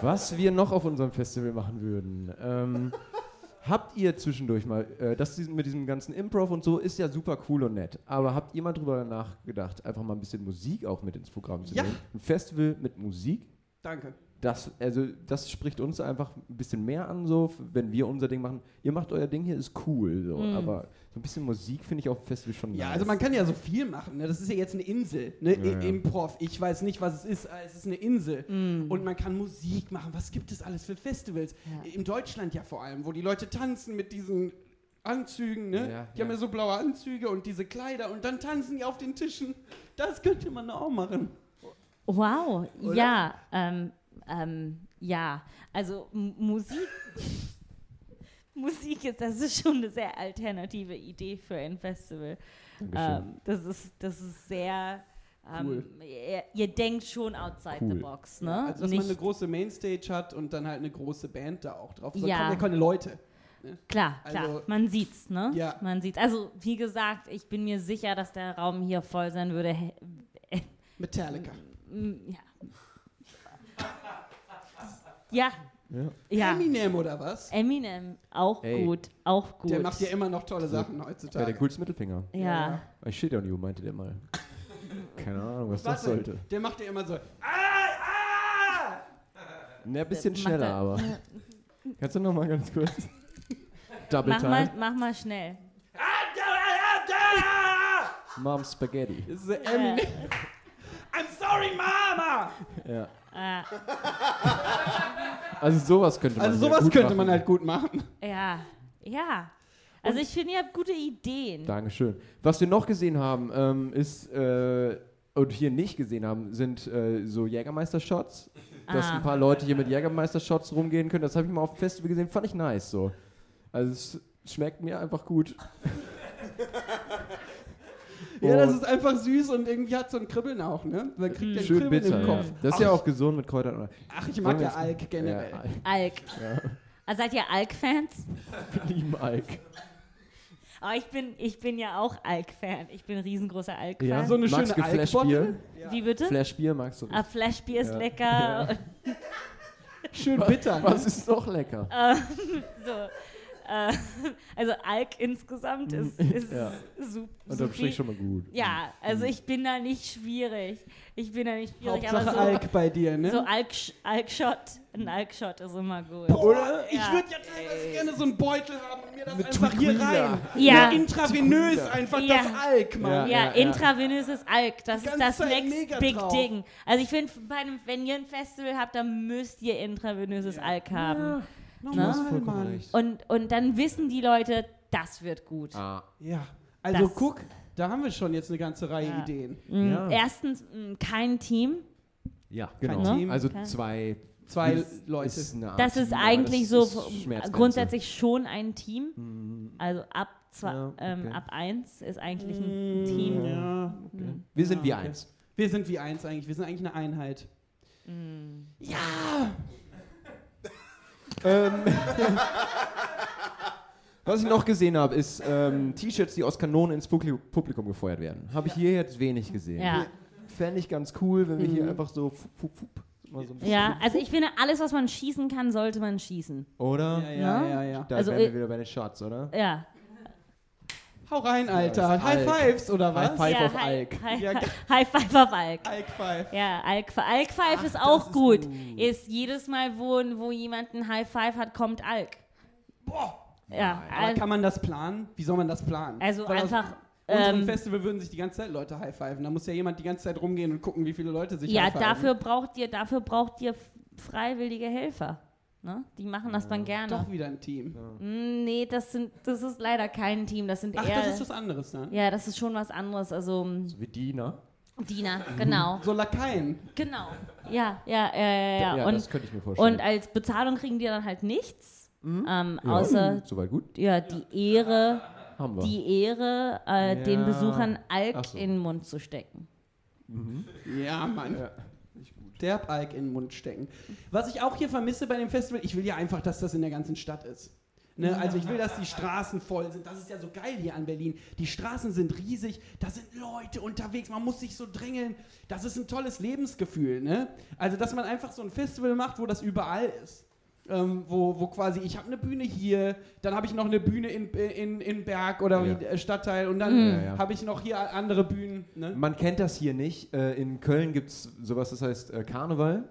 Speaker 3: Was wir noch auf unserem Festival machen würden. Ähm, habt ihr zwischendurch mal, äh, das diesen- mit diesem ganzen Improv und so ist ja super cool und nett, aber habt ihr mal drüber nachgedacht, einfach mal ein bisschen Musik auch mit ins Programm zu
Speaker 4: Ja.
Speaker 3: nehmen? Ein Festival mit Musik?
Speaker 4: Danke.
Speaker 3: Das, also, das spricht uns einfach ein bisschen mehr an, so, f- wenn wir unser Ding machen. Ihr macht euer Ding hier, ist cool, so, aber so ein bisschen Musik finde ich auf dem Festival schon
Speaker 4: Ja,
Speaker 3: nice.
Speaker 4: also man kann ja so viel machen. Ne? Das ist ja jetzt eine Insel. Ne?
Speaker 3: Ja, ja.
Speaker 4: I- Improv. Ich weiß nicht, was es ist. aber Es ist eine Insel.
Speaker 5: Mhm. Hm.
Speaker 4: Und man kann Musik machen. Was gibt es alles für Festivals?
Speaker 5: Ja.
Speaker 4: In Deutschland ja vor allem, wo die Leute tanzen mit diesen Anzügen. Ne?
Speaker 3: Ja,
Speaker 4: die
Speaker 3: ja.
Speaker 4: haben ja so blaue Anzüge und diese Kleider. Und dann tanzen die auf den Tischen. Das könnte man auch machen.
Speaker 5: Wow,
Speaker 4: Oder?
Speaker 5: ja, ähm, ähm, ja. Also M Musik. Musik ist, das ist schon eine sehr alternative Idee für ein Festival.
Speaker 3: Dankeschön.
Speaker 5: Ähm, das, ist, das ist sehr. Ähm,
Speaker 4: Cool.
Speaker 5: ihr, ihr denkt schon outside
Speaker 3: Cool.
Speaker 5: the box, ne?
Speaker 4: Also, dass man eine
Speaker 5: Nicht,
Speaker 4: große Mainstage hat und dann halt eine große Band da auch drauf. Da
Speaker 5: Ja.
Speaker 4: kommen ja keine Leute.
Speaker 5: klar, klar.
Speaker 4: also-
Speaker 5: man sieht's, ne?
Speaker 4: Ja.
Speaker 5: Man sieht's. Also, wie gesagt, ich bin mir sicher, dass der Raum hier voll sein würde. hä-
Speaker 4: Metallica.
Speaker 5: m- Ja. ja,
Speaker 3: ja.
Speaker 5: ja.
Speaker 4: Eminem oder was?
Speaker 5: Eminem, auch
Speaker 3: Ey.
Speaker 5: gut, auch gut.
Speaker 4: Der macht ja immer noch tolle Sachen
Speaker 3: ja,
Speaker 4: heutzutage.
Speaker 3: der coolste Mittelfinger.
Speaker 5: Ja.
Speaker 4: Ja.
Speaker 3: I shit on you, meinte der mal. Keine Ahnung, was das
Speaker 4: Warte,
Speaker 3: sollte.
Speaker 4: Der macht ja immer so.
Speaker 3: Na, ein bisschen
Speaker 5: Macht
Speaker 3: schneller,
Speaker 5: er-
Speaker 3: aber. Kannst du nochmal ganz kurz? Double
Speaker 5: Mach mal,
Speaker 3: Time.
Speaker 5: mach mal schnell.
Speaker 3: Mom Spaghetti.
Speaker 4: Das ist
Speaker 5: Äh,
Speaker 4: Eminem. I'm sorry, Mama!
Speaker 3: Ja.
Speaker 5: Äh,
Speaker 3: Also sowas könnte man
Speaker 4: Also
Speaker 3: hier
Speaker 4: sowas
Speaker 3: gut
Speaker 4: könnte
Speaker 3: machen.
Speaker 4: man halt gut machen.
Speaker 5: äh, ja, ja. Also, ich finde, ihr habt gute Ideen.
Speaker 3: Dankeschön. Was wir noch gesehen haben, ähm, ist, äh, und hier nicht gesehen haben, sind äh, so Jägermeister-Shots. Dass
Speaker 5: Ah.
Speaker 3: ein paar Leute hier mit Jägermeister-Shots rumgehen können. Das habe ich mal auf dem Festival gesehen, fand ich nice so. Also es schmeckt mir einfach gut.
Speaker 4: Ja, das
Speaker 3: Und Mhm.
Speaker 4: ist einfach süß und irgendwie hat so ein Kribbeln auch, ne? Man kriegt den
Speaker 3: schön
Speaker 4: Kribbeln
Speaker 3: bitter.
Speaker 4: im
Speaker 3: Ja.
Speaker 4: Kopf.
Speaker 3: Das ist ja auch gesund mit Kräutern.
Speaker 4: Ach, ich mag
Speaker 3: Wollen wir
Speaker 4: ja
Speaker 3: jetzt-
Speaker 4: Alk generell.
Speaker 3: Ja,
Speaker 5: Alk. Also seid ihr Alk-Fans?
Speaker 3: wir lieben Alk.
Speaker 5: Aber ich bin, ich bin ja auch Alk-Fan. Ich bin ein riesengroßer Alk-Fan.
Speaker 3: Ja,
Speaker 4: so eine
Speaker 3: magst
Speaker 4: schöne
Speaker 3: du Flashbier?
Speaker 5: Wie bitte?
Speaker 3: Flashbier magst du
Speaker 5: ah,
Speaker 3: nicht.
Speaker 5: Flashbier ist
Speaker 3: Ja.
Speaker 5: lecker.
Speaker 4: Schön bitter. ne?
Speaker 3: Was ist noch lecker?
Speaker 5: So. Äh, also Alk insgesamt ist, ist
Speaker 3: Mm, Ja.
Speaker 5: sup-
Speaker 3: Unterm
Speaker 5: supi.
Speaker 3: Strich schon mal gut.
Speaker 5: Ja, also ich bin da nicht schwierig. Ich bin da nicht schwierig,
Speaker 4: Hauptsache
Speaker 5: aber so
Speaker 4: Alk bei dir, ne?
Speaker 5: So Alk- Alk-Shot, ein Alk-Shot ist immer gut.
Speaker 4: Oder?
Speaker 5: Ja.
Speaker 4: Ich würde ja teilweise gerne so einen Beutel haben und mir das
Speaker 3: Mit
Speaker 4: einfach hier
Speaker 3: Tequila.
Speaker 4: rein.
Speaker 5: Ja.
Speaker 4: Intravenös
Speaker 3: Tequila.
Speaker 4: einfach
Speaker 5: Ja.
Speaker 4: das Alk,
Speaker 3: Ja.
Speaker 4: Mann.
Speaker 5: Ja, intravenöses Alk, das
Speaker 4: Die
Speaker 5: ist
Speaker 4: ganze
Speaker 5: das
Speaker 4: Zeit
Speaker 5: next
Speaker 4: mega
Speaker 5: big
Speaker 4: drauf.
Speaker 5: Ding. Also ich finde, bei einem- wenn ihr ein Festival habt, dann müsst ihr intravenöses Alk haben.
Speaker 3: Du
Speaker 4: Normal,
Speaker 3: hast vollkommen
Speaker 4: Mann.
Speaker 3: recht.
Speaker 5: Und, und dann wissen die Leute, das wird gut.
Speaker 3: Ah,
Speaker 4: Ja, also
Speaker 5: Das-
Speaker 4: guck, da haben wir schon jetzt eine ganze Reihe
Speaker 5: Ja.
Speaker 4: Ideen.
Speaker 5: Mm,
Speaker 3: Ja.
Speaker 5: Erstens, mm, kein Team.
Speaker 3: ja,
Speaker 4: Kein
Speaker 3: genau.
Speaker 4: Team,
Speaker 3: also
Speaker 5: kein-
Speaker 3: zwei
Speaker 4: Zwei
Speaker 3: ist-
Speaker 4: Leute.
Speaker 3: Ist eine Art
Speaker 5: Das
Speaker 3: Ah,
Speaker 5: ist
Speaker 3: Team, aber
Speaker 5: eigentlich
Speaker 3: das
Speaker 5: so
Speaker 3: ist
Speaker 5: v-
Speaker 3: Schmerzgrenze.
Speaker 5: grundsätzlich schon ein Team. Also ab, zwei,
Speaker 3: Ja, okay.
Speaker 5: ähm, ab eins ist eigentlich ein
Speaker 4: Mm,
Speaker 5: Team.
Speaker 4: Ja.
Speaker 3: Okay. Wir sind
Speaker 4: Ja,
Speaker 3: wie
Speaker 4: okay.
Speaker 3: eins.
Speaker 4: Wir sind wie eins eigentlich. Wir sind eigentlich eine Einheit.
Speaker 5: Mm.
Speaker 4: Ja!
Speaker 3: Ähm, Was ich noch gesehen habe, ist ähm, T-Shirts, die aus Kanonen ins Publi- Publikum gefeuert werden. Habe ich hier jetzt wenig gesehen.
Speaker 5: Ja.
Speaker 3: Fände ich ganz cool, wenn wir hier
Speaker 4: Mhm.
Speaker 3: einfach so, fup, fup, fup, mal so ein bisschen-
Speaker 5: ja, also ich finde, alles, was man schießen kann, sollte man schießen.
Speaker 3: Oder?
Speaker 4: Ja, ja, ja, ja.
Speaker 3: Da
Speaker 5: Also,
Speaker 3: wären wir
Speaker 5: äh,
Speaker 3: wieder bei den Shots, oder?
Speaker 5: Ja.
Speaker 4: Hau rein, Alter.
Speaker 3: Alter.
Speaker 4: High Fives oder was?
Speaker 3: High Five
Speaker 5: ja,
Speaker 3: auf
Speaker 5: hi-
Speaker 3: Alk.
Speaker 5: hi-
Speaker 4: Ja,
Speaker 5: hi- High Five auf Alk.
Speaker 4: Alk Five.
Speaker 5: Ja, Alk, Alk Five ist auch gut. Ist jedes Mal, wo, wo jemand ein High Five hat, kommt Alk.
Speaker 4: Boah!
Speaker 5: Ja,
Speaker 4: Aber
Speaker 5: Alk.
Speaker 4: kann man das planen? Wie soll man das planen?
Speaker 5: Also
Speaker 4: Weil
Speaker 5: einfach.
Speaker 4: Auf unserem
Speaker 5: Ähm,
Speaker 4: Festival würden sich die ganze Zeit Leute High Fiven. Da muss ja jemand die ganze Zeit rumgehen und gucken, wie viele Leute sich
Speaker 5: ja,
Speaker 4: High Fiven.
Speaker 5: dafür braucht ihr, dafür braucht ihr f- freiwillige Helfer. Ne? Die machen das dann gerne.
Speaker 4: Doch wieder ein Team.
Speaker 5: Mm, Nee, das sind, das ist leider kein Team. Das sind
Speaker 4: Ach,
Speaker 5: eher.
Speaker 4: das ist was anderes dann.
Speaker 5: ja, das ist schon was anderes. Also m,
Speaker 3: So wie Dina.
Speaker 5: Diener, genau,
Speaker 4: So Lakaien.
Speaker 5: genau. Ja, ja, ja, ja. ja.
Speaker 3: ja das
Speaker 5: und,
Speaker 3: könnte ich mir vorstellen.
Speaker 5: und als Bezahlung kriegen die dann halt nichts, ähm, außer
Speaker 3: Soweit gut.
Speaker 5: ja die Ehre,
Speaker 3: Haben wir.
Speaker 5: die Ehre, äh,
Speaker 3: Ja.
Speaker 5: den Besuchern Alk
Speaker 3: Ach so.
Speaker 5: in den Mund zu stecken.
Speaker 4: Ja, Mann.
Speaker 3: Ja.
Speaker 4: Derb Alk in den Mund stecken. Was ich auch hier vermisse bei dem Festival, ich will ja einfach, dass das in der ganzen Stadt ist. Ne? Also ich will, dass die Straßen voll sind. Das ist ja so geil hier an Berlin. Die Straßen sind riesig, da sind Leute unterwegs, man muss sich so drängeln. Das ist ein tolles Lebensgefühl. Ne? Also dass man einfach so ein Festival macht, wo das überall ist. Ähm, wo, wo quasi, ich habe eine Bühne hier, dann habe ich noch eine Bühne in, in, in Berg oder
Speaker 3: Ja.
Speaker 4: wie, äh, Stadtteil und dann
Speaker 3: Ja, ja.
Speaker 4: habe ich noch hier andere Bühnen. Ne?
Speaker 3: Man kennt das hier nicht. Äh, in Köln gibt es sowas, das heißt äh, Karneval.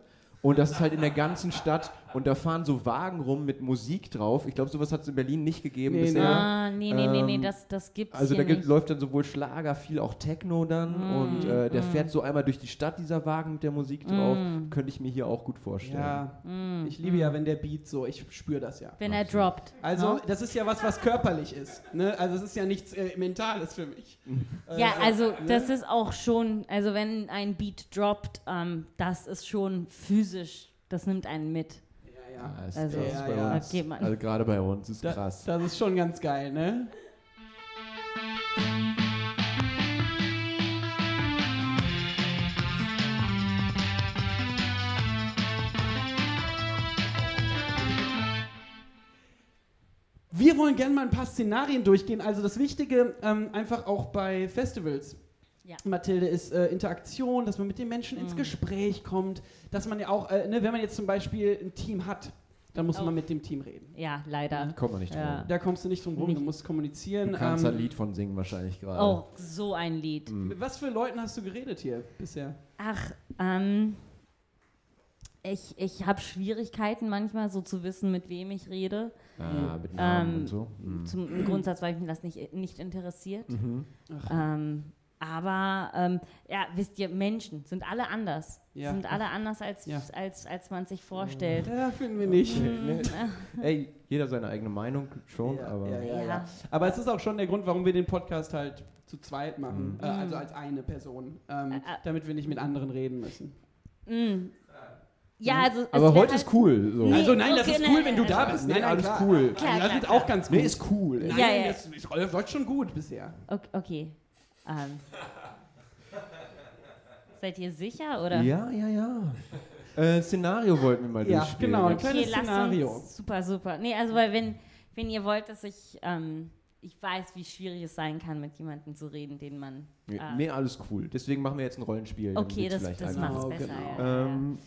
Speaker 3: Und das ist halt in der ganzen Stadt. Und da fahren so Wagen rum mit Musik drauf. Ich glaube, sowas hat es in Berlin nicht gegeben
Speaker 4: Nee,
Speaker 3: bisher.
Speaker 4: Ja.
Speaker 5: Ah, nee, nee, nee, nee,
Speaker 3: Ähm,
Speaker 5: das, das gibt's
Speaker 3: Also da
Speaker 5: hier
Speaker 3: gibt,
Speaker 5: nicht.
Speaker 3: läuft dann sowohl Schlager, viel auch Techno dann.
Speaker 5: Mm,
Speaker 3: und äh, der fährt so einmal durch die Stadt, dieser Wagen mit der Musik drauf. Könnte ich mir hier auch gut vorstellen.
Speaker 4: Ja, ich liebe ja, wenn der Beat so, ich spüre das Hm. ja.
Speaker 5: Wenn er droppt.
Speaker 4: Also,
Speaker 5: ne?
Speaker 4: das ist ja was, was körperlich ist. Ne? Also, es ist ja nichts äh, Mentales für mich. Äh,
Speaker 5: Ja,
Speaker 4: so,
Speaker 5: also
Speaker 4: ne?
Speaker 5: das ist auch schon, also wenn ein Beat droppt, ähm, das ist schon physisch, das nimmt einen mit.
Speaker 4: Ja, ja.
Speaker 3: Ah, ist
Speaker 5: Also,
Speaker 3: krass
Speaker 4: ja,
Speaker 3: bei
Speaker 4: ja.
Speaker 3: uns.
Speaker 5: Okay, Mann.
Speaker 3: also gerade bei uns ist
Speaker 4: Da,
Speaker 3: krass.
Speaker 4: Das ist schon ganz geil, ne? Wir wollen gerne mal ein paar Szenarien durchgehen. Also das Wichtige ähm, einfach auch bei Festivals.
Speaker 5: Ja.
Speaker 4: Mathilde ist äh, Interaktion, dass man mit den Menschen ins Gespräch kommt, dass man ja auch, äh, ne, wenn man jetzt zum Beispiel ein Team hat, dann muss
Speaker 5: Oh.
Speaker 4: man mit dem Team reden.
Speaker 5: Ja, leider.
Speaker 3: Kommt man nicht
Speaker 5: Ja.
Speaker 3: drum.
Speaker 4: Da kommst du nicht drum rum,
Speaker 5: Nicht.
Speaker 4: du musst kommunizieren.
Speaker 3: Du kannst
Speaker 4: Ähm,
Speaker 3: ein Lied von singen wahrscheinlich gerade.
Speaker 5: Oh, so ein Lied.
Speaker 3: Mhm.
Speaker 4: Mit was für Leuten hast du geredet hier bisher?
Speaker 5: Ach, ähm, ich, ich habe Schwierigkeiten manchmal so zu wissen, mit wem ich rede.
Speaker 3: Ah, mit Namen
Speaker 5: Ähm,
Speaker 3: und so. Mhm.
Speaker 5: Zum im Grundsatz, weil mich das nicht, nicht interessiert. Ähm, aber ähm, ja, wisst ihr, Menschen sind alle anders.
Speaker 4: Ja.
Speaker 5: Sind alle anders, als,
Speaker 4: Ja.
Speaker 5: als, als man sich vorstellt. ne?
Speaker 4: Da finden wir nicht.
Speaker 3: Nee, nee. ne, Ey, jeder seine eigene Meinung schon,
Speaker 4: Ja,
Speaker 3: aber
Speaker 4: ja, ja, ja.
Speaker 5: Ja.
Speaker 4: Aber es ist auch schon der Grund, warum wir den Podcast halt zu zweit
Speaker 3: Mhm.
Speaker 4: machen. Äh, also als eine Person. Ähm,
Speaker 5: Ä- äh.
Speaker 4: damit wir nicht mit anderen reden müssen.
Speaker 5: Mm. Ja, also es
Speaker 3: Mhm. aber
Speaker 5: wär
Speaker 3: heute ist cool. So.
Speaker 5: Nee,
Speaker 4: also nein, das
Speaker 5: okay,
Speaker 4: ist cool,
Speaker 5: nein,
Speaker 4: wenn du da
Speaker 5: also-
Speaker 4: bist.
Speaker 3: Nee,
Speaker 4: Nein, nein,
Speaker 3: alles
Speaker 4: klar.
Speaker 3: cool.
Speaker 5: Klar,
Speaker 4: Nein, das
Speaker 5: klar,
Speaker 4: wird auch ganz cool.
Speaker 3: Nee, ist cool. Ey.
Speaker 4: Nein,
Speaker 5: Ja,
Speaker 4: nein,
Speaker 5: ja.
Speaker 4: Das, das läuft schon gut bisher.
Speaker 5: Okay. okay. Ähm. Seid ihr sicher oder?
Speaker 3: Ja, ja, ja. Äh, Szenario wollten wir mal
Speaker 4: Ja,
Speaker 3: durchspielen.
Speaker 4: genau.
Speaker 3: jetzt.
Speaker 4: Kleines
Speaker 5: lasst
Speaker 4: Szenario.
Speaker 5: uns- Super, super. Nee, also weil wenn, wenn ihr wollt, dass ich, ähm, ich weiß, wie schwierig es sein kann, mit jemandem zu reden, den man.
Speaker 3: Nee,
Speaker 5: Ah.
Speaker 3: nee, alles cool. Deswegen machen wir jetzt ein Rollenspiel. damit
Speaker 5: Okay,
Speaker 3: wird's
Speaker 5: das,
Speaker 3: vielleicht
Speaker 5: das
Speaker 3: einfacher.
Speaker 5: macht's
Speaker 4: Genau,
Speaker 5: besser.
Speaker 4: genau.
Speaker 5: Ja, ja,
Speaker 3: Ähm,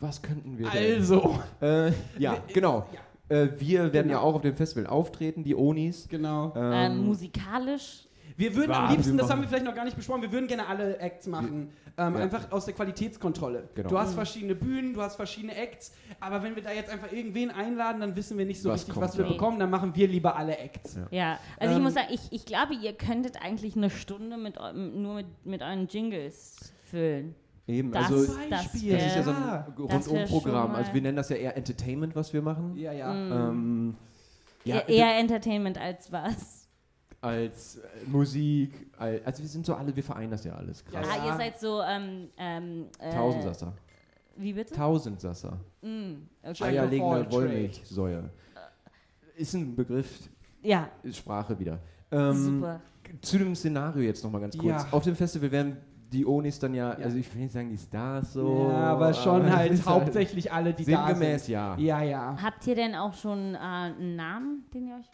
Speaker 3: was könnten wir denn?
Speaker 4: Also,
Speaker 3: Äh, ja, genau. Äh, wir werden ja auch auf dem Festival auftreten, die Onis.
Speaker 4: genau.
Speaker 3: Ähm,
Speaker 5: ja. ähm, musikalisch.
Speaker 4: Wir würden am
Speaker 3: Warte,
Speaker 4: liebsten,
Speaker 3: wir
Speaker 4: das haben
Speaker 3: machen-
Speaker 4: wir vielleicht noch gar nicht besprochen, wir würden gerne alle Acts machen. Ähm,
Speaker 3: Ja.
Speaker 4: Einfach aus der Qualitätskontrolle.
Speaker 3: Genau.
Speaker 4: Du hast verschiedene Bühnen, du hast verschiedene Acts, aber wenn wir da jetzt einfach irgendwen einladen, dann wissen wir nicht so
Speaker 3: Was
Speaker 4: richtig,
Speaker 3: kommt,
Speaker 4: was wir
Speaker 5: ja.
Speaker 4: bekommen, dann machen wir lieber alle Acts.
Speaker 3: Ja.
Speaker 5: Ja, also ich
Speaker 4: Ähm,
Speaker 5: muss sagen, ich, ich glaube, ihr könntet eigentlich eine Stunde mit eu- nur mit, mit euren Jingles füllen.
Speaker 3: Eben,
Speaker 5: Das,
Speaker 3: also
Speaker 5: das,
Speaker 4: das
Speaker 3: das ist ja
Speaker 5: wär-
Speaker 3: so
Speaker 4: Ja,
Speaker 3: ein
Speaker 5: das wär schon
Speaker 3: Rundum-Programm.
Speaker 5: mal-
Speaker 3: Also wir nennen das ja eher Entertainment, was wir machen.
Speaker 4: Ja, ja.
Speaker 5: Mm.
Speaker 3: Ähm, ja,
Speaker 5: E- eher Entertainment als was.
Speaker 3: als äh, Musik, als, also wir sind so alle, wir vereinen das ja alles. Krass.
Speaker 5: Ah,
Speaker 4: Ja.
Speaker 5: ihr seid so, ähm, ähm, äh,
Speaker 3: Tausendsasser.
Speaker 5: Wie bitte?
Speaker 3: Tausendsasser.
Speaker 5: Mm, okay.
Speaker 4: Jack of all
Speaker 3: Eierlegende
Speaker 4: trade.
Speaker 3: Wollmilchsäure.
Speaker 5: Äh.
Speaker 3: Ist ein Begriff,
Speaker 5: Ja,
Speaker 3: ist Sprache wieder. Ähm,
Speaker 5: super.
Speaker 3: Zu dem Szenario jetzt nochmal ganz kurz.
Speaker 4: Ja.
Speaker 3: Auf dem Festival werden die Onis dann ja,
Speaker 4: Ja.
Speaker 3: also ich will nicht sagen die Stars so.
Speaker 4: ja, aber schon
Speaker 3: es
Speaker 4: halt
Speaker 3: ist
Speaker 4: hauptsächlich alle, die
Speaker 3: Sinngemäß ja.
Speaker 4: da sind. Ja,
Speaker 3: ah.
Speaker 4: ja.
Speaker 5: Habt ihr denn auch schon äh, einen Namen, den ihr euch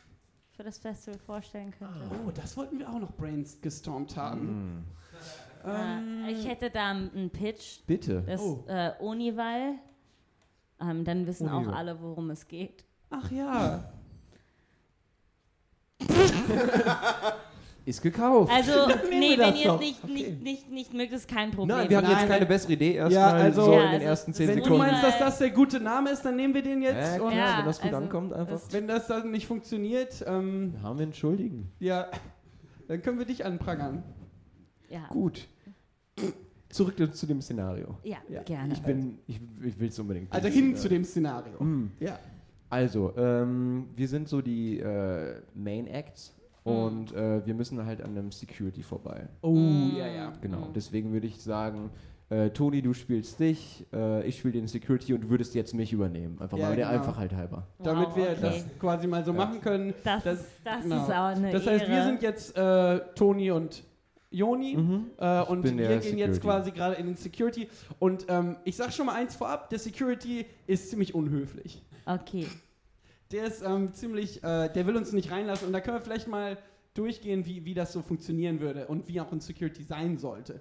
Speaker 5: für das Festival vorstellen könnt?
Speaker 4: Oh, das wollten wir auch noch brainstormt haben.
Speaker 3: Hm.
Speaker 4: Ähm,
Speaker 5: Äh, ich hätte da einen Pitch.
Speaker 3: Bitte.
Speaker 5: Das
Speaker 4: Oh.
Speaker 5: äh, Onival. Ähm, dann wissen auch
Speaker 3: Onival.
Speaker 5: alle, worum es geht.
Speaker 4: Ach ja.
Speaker 3: Ist gekauft.
Speaker 5: Also, nee,
Speaker 4: wir
Speaker 5: wenn
Speaker 4: das
Speaker 5: ihr es
Speaker 4: doch.
Speaker 5: nicht,
Speaker 4: Okay.
Speaker 5: nicht, nicht, nicht mögt, ist kein Problem.
Speaker 3: Nein, wir hatten
Speaker 4: Also Nein,
Speaker 3: jetzt keine bessere Idee erstmal
Speaker 4: Ja, also-
Speaker 3: so
Speaker 5: Ja,
Speaker 3: in den
Speaker 5: also
Speaker 3: ersten
Speaker 5: das
Speaker 3: zehn
Speaker 4: Wenn
Speaker 5: ist
Speaker 4: du
Speaker 3: Sekunden. Äh,
Speaker 4: meinst, dass das der gute Name ist, dann nehmen wir den jetzt.
Speaker 3: ja,
Speaker 4: und
Speaker 3: klar,
Speaker 5: Ja,
Speaker 3: wenn das gut
Speaker 5: also
Speaker 3: ankommt, einfach.
Speaker 5: das-
Speaker 4: wenn das dann nicht funktioniert, ähm,
Speaker 3: Wir haben wir einen Schuldigen.
Speaker 4: ja, dann können wir dich anprangern.
Speaker 5: ja.
Speaker 3: Gut. Zurück zu dem Szenario.
Speaker 5: Ja,
Speaker 4: Ja.
Speaker 5: gerne.
Speaker 3: Ich bin, ich, ich will es unbedingt.
Speaker 4: Also hin zu dem Szenario.
Speaker 3: Hm.
Speaker 4: Ja.
Speaker 3: Also, ähm, wir sind so die äh, Main Acts
Speaker 4: Mm.
Speaker 5: Mhm.
Speaker 3: und äh, wir müssen halt an einem Security vorbei.
Speaker 4: Oh,
Speaker 5: Mm.
Speaker 4: ja, ja.
Speaker 3: Genau.
Speaker 5: Mhm.
Speaker 3: Deswegen würde ich sagen, äh, Toni, du spielst dich, äh, ich spiele den Security und du würdest jetzt mich übernehmen. Einfach
Speaker 4: Ja,
Speaker 3: mal der
Speaker 4: genau.
Speaker 3: Einfachheit halber.
Speaker 4: Damit
Speaker 5: Wow,
Speaker 4: wir
Speaker 5: okay.
Speaker 4: das quasi mal so
Speaker 3: Ja.
Speaker 4: machen können. das-
Speaker 5: Das, das, das
Speaker 4: genau.
Speaker 5: ist auch eine
Speaker 4: Das heißt,
Speaker 5: Ehre.
Speaker 4: wir sind jetzt äh, Toni und Joni. Äh, und wir
Speaker 3: Mhm. bin
Speaker 4: gehen
Speaker 3: der
Speaker 4: jetzt
Speaker 3: Security.
Speaker 4: quasi gerade in den Security. Und ähm, ich sag schon mal eins vorab: der Security ist ziemlich unhöflich.
Speaker 5: Okay.
Speaker 4: Der ist ähm, ziemlich, äh, der will uns nicht reinlassen. Und da können wir vielleicht mal durchgehen, wie, wie das so funktionieren würde und wie auch ein Security sein sollte.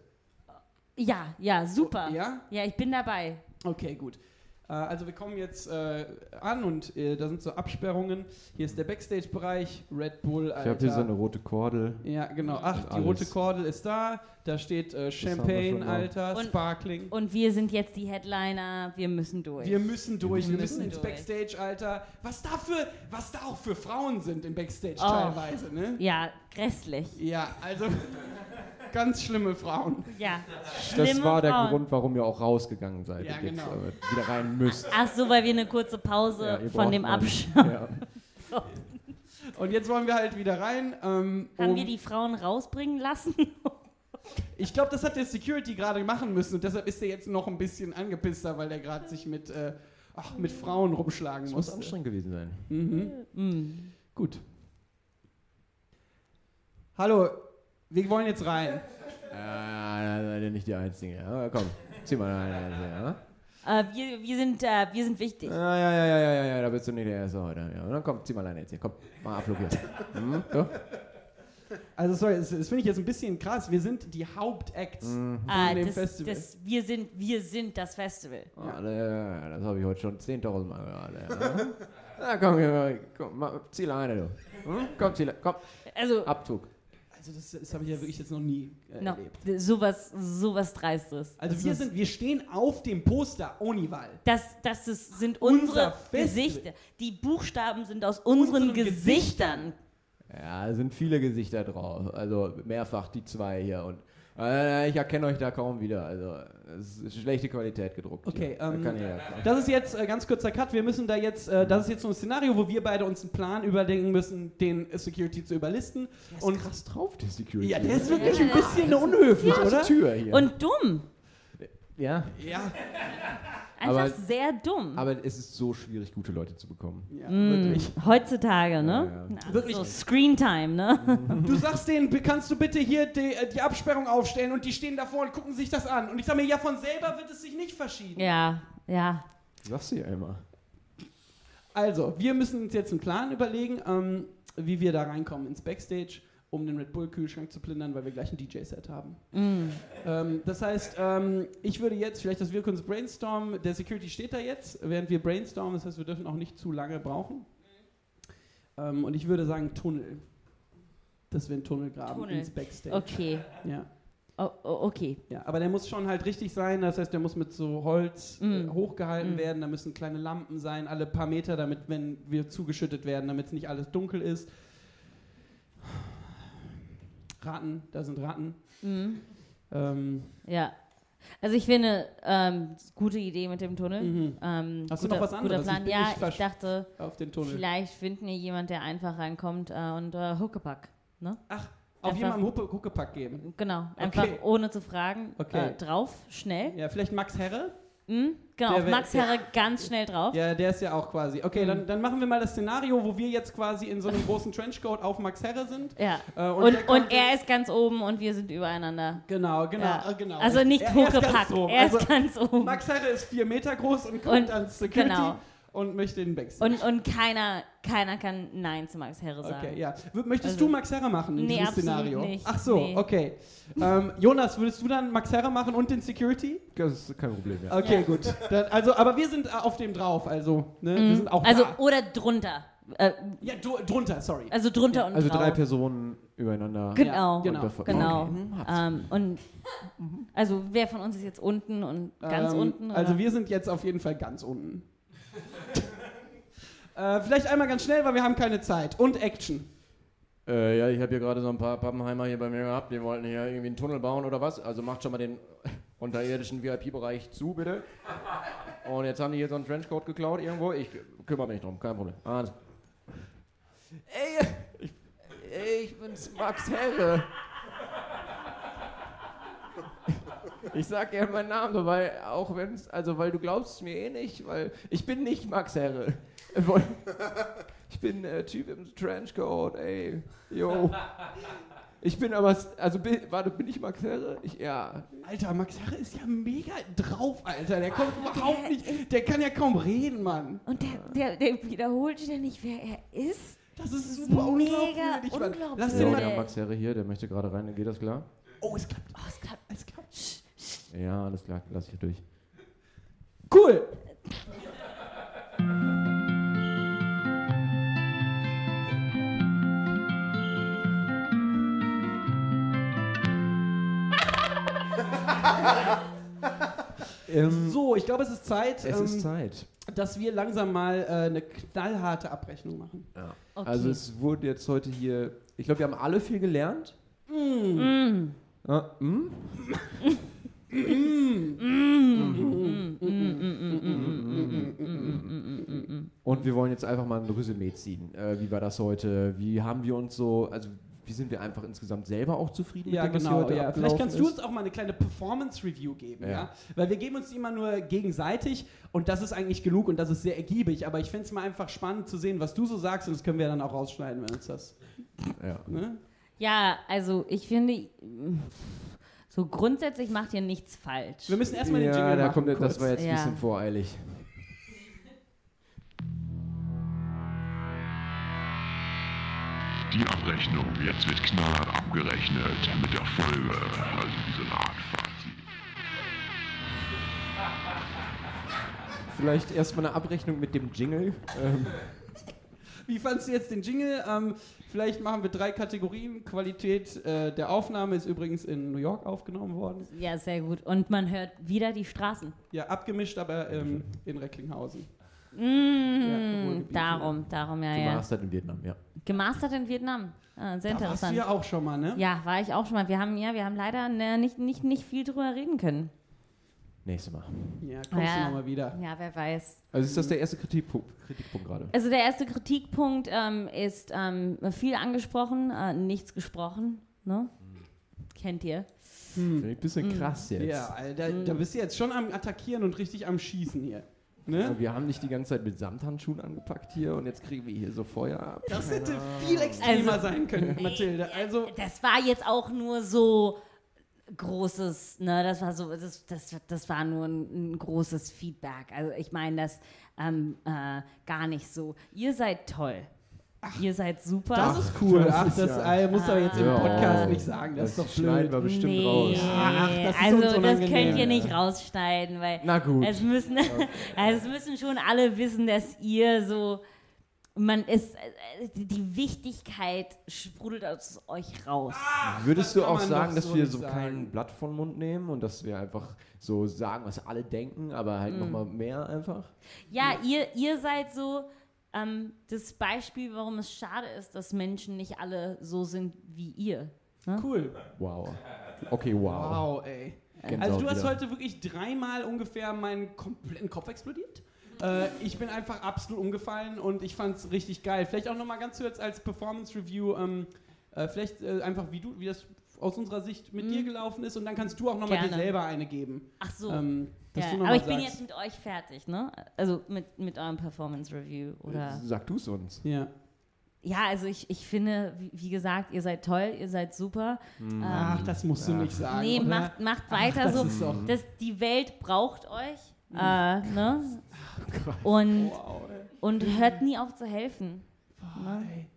Speaker 5: Ja, ja, super. Ja,
Speaker 4: Ja?
Speaker 5: ich bin dabei.
Speaker 4: Okay, gut. Äh, also, wir kommen jetzt äh, an und äh, da sind so Absperrungen. Hier ist der Backstage-Bereich, Red Bull.
Speaker 3: Ich habe hier so eine rote Kordel.
Speaker 4: Ja, genau. Ach,
Speaker 3: Und
Speaker 4: die rote
Speaker 3: alles.
Speaker 4: Kordel ist da. Da steht äh,
Speaker 3: haben wir schon
Speaker 4: Champagne,
Speaker 3: mal.
Speaker 4: Alter,
Speaker 5: Und-
Speaker 4: Sparkling.
Speaker 5: Und wir sind jetzt die Headliner. Wir müssen durch.
Speaker 4: Wir müssen durch, wir
Speaker 5: Wir
Speaker 4: müssen
Speaker 5: müssen
Speaker 4: ins
Speaker 5: durch.
Speaker 4: Backstage, Alter. Was da, für, was da auch für Frauen sind im Backstage
Speaker 5: Oh.
Speaker 4: teilweise, ne?
Speaker 5: ja, grässlich.
Speaker 4: Ja, also ganz schlimme Frauen.
Speaker 5: Ja,
Speaker 3: Das
Speaker 5: schlimme
Speaker 3: war der
Speaker 5: Frauen.
Speaker 3: Grund, warum ihr auch rausgegangen seid
Speaker 4: Ja,
Speaker 3: und jetzt
Speaker 4: genau.
Speaker 3: äh, wieder rein müsst.
Speaker 5: Ach so, weil wir eine kurze Pause
Speaker 3: Ja, ihr
Speaker 5: von
Speaker 3: braucht
Speaker 5: dem
Speaker 3: mal-
Speaker 5: Abschirm.
Speaker 3: Ja.
Speaker 4: Und jetzt wollen wir halt wieder rein. Ähm,
Speaker 3: Oh.
Speaker 5: Haben
Speaker 4: um,
Speaker 5: wir die Frauen rausbringen lassen?
Speaker 4: ich glaube, das hat der Security gerade machen müssen und deshalb ist er jetzt noch ein bisschen angepisster, weil er gerade sich mit, äh, ach, mit Frauen rumschlagen
Speaker 3: Das muss
Speaker 4: musste.
Speaker 3: anstrengend gewesen sein.
Speaker 4: Mhm.
Speaker 5: Hm.
Speaker 4: Gut. Hallo, wir wollen jetzt rein.
Speaker 3: Ah, leider nicht die Einzige. Aber komm, zieh mal rein. Ja.
Speaker 5: Äh, wir, wir, sind, äh, wir sind wichtig.
Speaker 3: Ah, ja, ja, ja, ja, ja, ja, da bist du nicht der Erste heute. Ja, na, komm, zieh mal alleine jetzt hier. Komm, mal Abflug hier. Hm, so.
Speaker 4: Also sorry, das, das finde ich jetzt ein bisschen krass. Wir sind die Hauptacts
Speaker 3: Mhm.
Speaker 5: Ah,
Speaker 4: von dem
Speaker 5: das,
Speaker 4: Festival.
Speaker 5: Das, wir, sind, wir sind das Festival.
Speaker 3: Ah, da- ja, ja, das habe ich heute schon 10.000 Mal gehört. Ja. Hm? Na, komm, hier, komm mal, zieh alleine, du. Hm? Komm, zieh, le- komm,
Speaker 5: Also,
Speaker 3: Abzug.
Speaker 4: also das, das habe ich ja wirklich jetzt noch nie äh,
Speaker 5: no,
Speaker 4: erlebt.
Speaker 5: sowas, sowas Dreistes.
Speaker 4: Also
Speaker 5: das
Speaker 4: wir
Speaker 5: ist-
Speaker 4: sind, wir stehen auf dem Poster Onival.
Speaker 5: Das, das ist, sind
Speaker 4: Unser
Speaker 5: unsere
Speaker 4: Festival.
Speaker 5: Gesichter. Die Buchstaben sind aus unseren
Speaker 4: Unseren
Speaker 5: Gesichtern.
Speaker 3: Ja, da sind viele Gesichter drauf. Also mehrfach die zwei hier. Und äh, ich erkenne euch da kaum wieder. Also, es ist schlechte Qualität gedruckt.
Speaker 4: Okay,
Speaker 3: hier. Da
Speaker 4: ähm,
Speaker 3: kann ich ja-
Speaker 4: Das ist jetzt äh, ganz kurzer Cut. Wir müssen da jetzt, äh, das ist jetzt so ein Szenario, wo wir beide uns einen Plan überlegen müssen, den äh, Security zu überlisten. Und
Speaker 3: krass drauf, der Security.
Speaker 4: ja, der ist wirklich ein bisschen unhöflich,
Speaker 3: Krasse
Speaker 4: oder?
Speaker 3: Tür hier.
Speaker 5: Und dumm.
Speaker 3: ja.
Speaker 4: Ja,
Speaker 5: Einfach
Speaker 3: Aber-
Speaker 5: sehr dumm.
Speaker 3: Aber es ist so schwierig, gute Leute zu bekommen.
Speaker 4: ja
Speaker 5: Mm,
Speaker 4: wirklich.
Speaker 5: Heutzutage, ne?
Speaker 3: Ja, ja.
Speaker 5: Na,
Speaker 4: Wirklich.
Speaker 5: So Screentime, ne?
Speaker 4: Du sagst denen, "Be- kannst du bitte hier die, äh, die Absperrung aufstellen und die stehen davor und gucken sich das an. Und ich sage mir, ja, von selber wird es sich nicht verschieben.
Speaker 5: ja, ja.
Speaker 3: Sagst du ja immer.
Speaker 4: Also, wir müssen uns jetzt einen Plan überlegen, ähm, wie wir da reinkommen ins Backstage, um den Red Bull-Kühlschrank zu plündern, weil wir gleich ein DJ-Set haben.
Speaker 5: Mm.
Speaker 4: Ähm, das heißt, ähm, ich würde jetzt, vielleicht, dass wir kurz brainstormen, der Security steht da jetzt, während wir brainstormen, das heißt, wir dürfen auch nicht zu lange brauchen. Ähm, und ich würde sagen Tunnel. Dass wir einen Tunnel graben
Speaker 5: Tunnel.
Speaker 4: ins Backstage.
Speaker 5: Okay.
Speaker 4: Ja.
Speaker 5: O- o- okay.
Speaker 4: Ja, aber der muss schon halt richtig sein, das heißt, der muss mit so Holz äh,
Speaker 5: Mm.
Speaker 4: hochgehalten
Speaker 5: Mm.
Speaker 4: werden, da müssen kleine Lampen sein, alle paar Meter, damit, wenn wir zugeschüttet werden, damit es nicht alles dunkel ist. Ratten, da sind Ratten.
Speaker 5: Mm.
Speaker 4: Ähm,
Speaker 5: Ja. Also ich finde, ähm, gute Idee mit dem Tunnel.
Speaker 4: Mhm.
Speaker 5: Ähm,
Speaker 4: Hast du noch was anderes?
Speaker 5: Guter
Speaker 4: Ich
Speaker 5: Plan.
Speaker 4: bin
Speaker 5: ja,
Speaker 4: nicht versch-
Speaker 5: ich dachte,
Speaker 4: Auf den Tunnel.
Speaker 5: vielleicht finden wir jemand, der einfach reinkommt äh, und äh, Huckepack. Ne?
Speaker 4: Ach, auf
Speaker 5: Einfach-
Speaker 4: jemanden Huppe, Huckepack geben.
Speaker 5: Genau, einfach
Speaker 4: Okay.
Speaker 5: ohne zu fragen
Speaker 4: Okay.
Speaker 5: äh, drauf, schnell.
Speaker 4: Ja, vielleicht Max Herre?
Speaker 5: Mhm,
Speaker 4: Der
Speaker 5: genau, auf
Speaker 4: wär-
Speaker 5: Max
Speaker 4: der-
Speaker 5: Herre ganz schnell drauf.
Speaker 4: Ja, der ist ja auch quasi. Okay,
Speaker 5: Mhm.
Speaker 4: dann, dann machen wir mal das Szenario, wo wir jetzt quasi in so einem großen Trenchcoat auf Max Herre sind.
Speaker 5: Ja.
Speaker 4: Äh,
Speaker 5: Und,
Speaker 4: der
Speaker 5: und,
Speaker 4: kommt
Speaker 5: er
Speaker 4: jetzt-
Speaker 5: ist ganz oben und wir sind übereinander.
Speaker 4: Genau, genau,
Speaker 5: Ja.
Speaker 4: äh, genau.
Speaker 5: Also nicht
Speaker 4: Er- er ist ganz
Speaker 5: Huckepack,
Speaker 4: oben.
Speaker 5: er ist
Speaker 4: Also
Speaker 5: ganz oben.
Speaker 4: Max Herre ist vier Meter groß und kommt
Speaker 5: Und-
Speaker 4: ans Security
Speaker 5: genau.
Speaker 4: und möchte den Backstage.
Speaker 5: Und, und keiner, keiner kann Nein zu Max Herre sagen.
Speaker 4: Okay, ja. Wür- Möchtest
Speaker 5: Also-
Speaker 4: du Max Herre machen in
Speaker 5: Nee,
Speaker 4: diesem
Speaker 5: absolut
Speaker 4: Szenario?
Speaker 5: nicht.
Speaker 4: Ach so,
Speaker 5: Nee.
Speaker 4: okay. Ähm, Jonas, würdest du dann Max Herre machen und den Security?
Speaker 3: Das ist kein Problem, ja.
Speaker 4: Okay,
Speaker 5: Ja.
Speaker 4: gut. Dann, also, aber wir sind äh, auf dem drauf, also ne?
Speaker 5: Mhm.
Speaker 4: wir sind auch
Speaker 5: also
Speaker 4: da.
Speaker 5: oder drunter. Äh,
Speaker 4: Ja, du, drunter, sorry.
Speaker 5: also drunter
Speaker 4: Ja,
Speaker 5: und
Speaker 3: Also
Speaker 5: drauf.
Speaker 3: drei Personen übereinander.
Speaker 5: Ge- Genau,
Speaker 4: genau.
Speaker 3: davor-
Speaker 5: Genau.
Speaker 3: Okay. Mhm.
Speaker 5: Ähm, und also wer von uns ist jetzt unten und ganz
Speaker 4: Mhm. Ähm,
Speaker 5: unten?
Speaker 4: Also
Speaker 5: oder?
Speaker 4: wir sind jetzt auf jeden Fall ganz unten. äh, vielleicht einmal ganz schnell, weil wir haben keine Zeit. Und Action.
Speaker 6: Äh, ja, ich habe hier gerade so ein paar Pappenheimer hier bei mir gehabt, die wollten hier irgendwie einen Tunnel bauen oder was. Also macht schon mal den unterirdischen VIP-Bereich zu, bitte. Und jetzt haben die hier so einen Trenchcoat geklaut irgendwo. Ich kümmere mich drum, kein Problem. Also. Ey, ich, ich bin's, Max Herre. Ich sag gerne meinen Namen dabei, auch wenn's, also weil du glaubst mir eh nicht, weil ich bin nicht Max Herre. Ich bin äh, Typ im Trenchcoat, ey. Yo. Ich bin aber, s- also bin, warte, bin ich Max Herre? Ich, ja.
Speaker 4: Alter, Max Herre ist ja mega drauf, Alter. Der kommt überhaupt nicht. Der kann ja kaum reden, Mann.
Speaker 5: und der, der, der wiederholt ständig, wer er ist.
Speaker 4: Das ist
Speaker 5: ist
Speaker 4: super
Speaker 5: mega
Speaker 4: unglaubwürdig, Mann. Lass den
Speaker 5: Ja,
Speaker 6: So,
Speaker 5: oder-
Speaker 4: mal.
Speaker 6: der Max Herre hier, der möchte gerade rein, geht das klar?
Speaker 4: Oh, es klappt.
Speaker 5: Oh, es klappt.
Speaker 4: Es klappt.
Speaker 6: Ja, alles klar, lass ich durch.
Speaker 4: Cool.
Speaker 3: Ähm,
Speaker 4: So, ich glaube, es ist Zeit,
Speaker 3: es
Speaker 4: ähm,
Speaker 3: ist Zeit.
Speaker 4: dass wir langsam mal äh, eine knallharte Abrechnung machen.
Speaker 5: Okay.
Speaker 3: Also es wurde jetzt heute hier, ich glaube, wir haben alle viel gelernt. Hm.
Speaker 5: Mm.
Speaker 3: Ah, hm? Und wir wollen jetzt einfach mal ein Resümee ziehen. Äh, wie war das heute? Wie haben wir uns so, also wie sind wir einfach insgesamt selber auch zufrieden
Speaker 4: Ja,
Speaker 3: mit dem, was
Speaker 4: genau.
Speaker 3: hier heute
Speaker 4: Ja.
Speaker 3: abgelaufen
Speaker 4: Vielleicht kannst du
Speaker 3: ist?
Speaker 4: uns auch mal eine kleine Performance-Review geben, ja.
Speaker 3: Ja.
Speaker 4: Weil wir geben uns die immer nur gegenseitig und das ist eigentlich genug und das ist sehr ergiebig. Aber ich fände es mal einfach spannend zu sehen, was du so sagst und das können wir dann auch rausschneiden, wenn uns das.
Speaker 3: Ja.
Speaker 4: Ne?
Speaker 5: Ja, also ich finde, so grundsätzlich macht ihr nichts falsch.
Speaker 4: Wir müssen erstmal den
Speaker 3: ja,
Speaker 4: Jingle
Speaker 3: da
Speaker 4: machen.
Speaker 3: kommt, jetzt- das
Speaker 4: kurz.
Speaker 3: war jetzt
Speaker 5: Ja.
Speaker 3: ein bisschen voreilig.
Speaker 7: Die Abrechnung. Jetzt wird knallhart abgerechnet mit der Folge. Also diese Art Fazit.
Speaker 3: Vielleicht erstmal eine Abrechnung mit dem Jingle. Ähm,
Speaker 4: Wie fandst du jetzt den Jingle? Ähm, vielleicht machen wir drei Kategorien. Qualität äh, der Aufnahme ist übrigens in New York aufgenommen worden.
Speaker 5: Ja, sehr gut. Und man hört wieder die Straßen.
Speaker 4: Ja, abgemischt, aber
Speaker 3: Mhm.
Speaker 4: ähm, in Recklinghausen.
Speaker 5: Mm,
Speaker 4: Ruhrgebiet,
Speaker 5: darum, darum, ja, Ah, ja.
Speaker 3: gemastert in Vietnam, ja.
Speaker 5: Gemastert in Vietnam. Ah, sehr
Speaker 4: Da warst du
Speaker 5: interessant.
Speaker 4: ja auch schon mal, ne?
Speaker 5: Ja, war ich auch schon mal. Wir haben ja, wir haben leider ne, nicht, nicht, nicht viel drüber reden können.
Speaker 3: Nächstes Mal.
Speaker 4: Ja, kommst
Speaker 5: Ja.
Speaker 4: du nochmal wieder.
Speaker 5: Ja, wer weiß.
Speaker 3: Also ist das der erste Kritikpunkt, Kritikpunkt
Speaker 4: Hm.
Speaker 3: gerade?
Speaker 5: Also der erste Kritikpunkt ähm, ist ähm, viel angesprochen, äh, nichts gesprochen. Ne?
Speaker 4: Hm.
Speaker 5: Kennt ihr?
Speaker 3: Finde ich ein bisschen krass jetzt.
Speaker 4: Ja, Alter,
Speaker 3: Hm.
Speaker 4: da bist du jetzt schon am Attackieren und richtig am Schießen hier. Ne?
Speaker 3: Wir haben nicht die ganze Zeit mit Samthandschuhen angepackt hier und jetzt kriegen wir hier so Feuer ab.
Speaker 4: Das hätte viel extremer
Speaker 3: Also,
Speaker 4: sein können, Mathilde. Also,
Speaker 5: Das war jetzt auch nur so großes, ne, das war so, das, das, das war nur ein, ein großes Feedback. Also ich meine das ähm, äh, gar nicht so. Ihr seid toll. Ihr seid super.
Speaker 4: das ist cool.
Speaker 3: das
Speaker 4: Ach, das
Speaker 3: ist ja-
Speaker 4: äh, musst du aber jetzt im
Speaker 3: Ja,
Speaker 4: Podcast
Speaker 3: oh.
Speaker 4: nicht sagen. Das, ist doch
Speaker 3: schneiden
Speaker 4: blöd.
Speaker 3: wir bestimmt
Speaker 5: nee.
Speaker 3: raus.
Speaker 4: Ah, Ach, das ist uns
Speaker 5: also das
Speaker 4: unangenehm.
Speaker 5: könnt ihr nicht rausschneiden, weil
Speaker 3: Na gut.
Speaker 4: Also,
Speaker 5: Es müssen, es müssen schon alle wissen, dass ihr so, man ist, äh, die Wichtigkeit sprudelt aus euch raus.
Speaker 3: Ah, Würdest du
Speaker 4: kann
Speaker 3: auch
Speaker 4: man doch
Speaker 3: sagen, dass
Speaker 4: so
Speaker 3: wir
Speaker 4: nicht
Speaker 3: so
Speaker 4: sagen.
Speaker 3: kein Blatt vom Mund nehmen und dass wir einfach so sagen, was alle denken, aber
Speaker 4: Hm.
Speaker 3: halt nochmal mehr einfach?
Speaker 5: Ja, ihr, ihr seid so ähm, das Beispiel, warum es schade ist, dass Menschen nicht alle so sind wie ihr.
Speaker 4: Cool.
Speaker 3: Wow. Okay, wow.
Speaker 4: Wow, ey. Also
Speaker 3: Gänsehaut
Speaker 4: du hast
Speaker 3: wieder.
Speaker 4: heute wirklich dreimal ungefähr meinen kompletten Kopf explodiert. Äh, ich bin einfach absolut umgefallen und ich fand's richtig geil. Vielleicht auch nochmal ganz kurz als Performance Review, ähm, äh, vielleicht äh, einfach wie du, wie das aus unserer Sicht mit
Speaker 5: Mhm.
Speaker 3: Hm.
Speaker 4: dir gelaufen ist und dann kannst du auch nochmal dir
Speaker 5: Gerne.
Speaker 4: selber eine geben.
Speaker 5: Ach so.
Speaker 4: Ähm, dass
Speaker 5: ja.
Speaker 4: du noch
Speaker 5: Aber
Speaker 4: mal
Speaker 5: ich bin
Speaker 4: sagst.
Speaker 5: jetzt mit euch fertig, ne? Also mit, mit eurem Performance Review oder.
Speaker 6: Sag du es uns.
Speaker 4: Ja.
Speaker 5: Ja, also ich, ich finde, wie, wie gesagt, ihr seid toll, ihr seid super. Ähm,
Speaker 3: Ah.
Speaker 4: Ach, das musst du nicht sagen.
Speaker 5: nee,
Speaker 4: Ah, oder?
Speaker 5: macht, macht
Speaker 4: Ach,
Speaker 5: weiter
Speaker 4: das
Speaker 5: so.
Speaker 4: Ist doch, Hm.
Speaker 5: Das, die Welt braucht euch. Äh, ne?
Speaker 4: Oh
Speaker 5: und,
Speaker 4: wow, ey.
Speaker 5: und hört nie auf zu helfen.
Speaker 4: Boah, ey.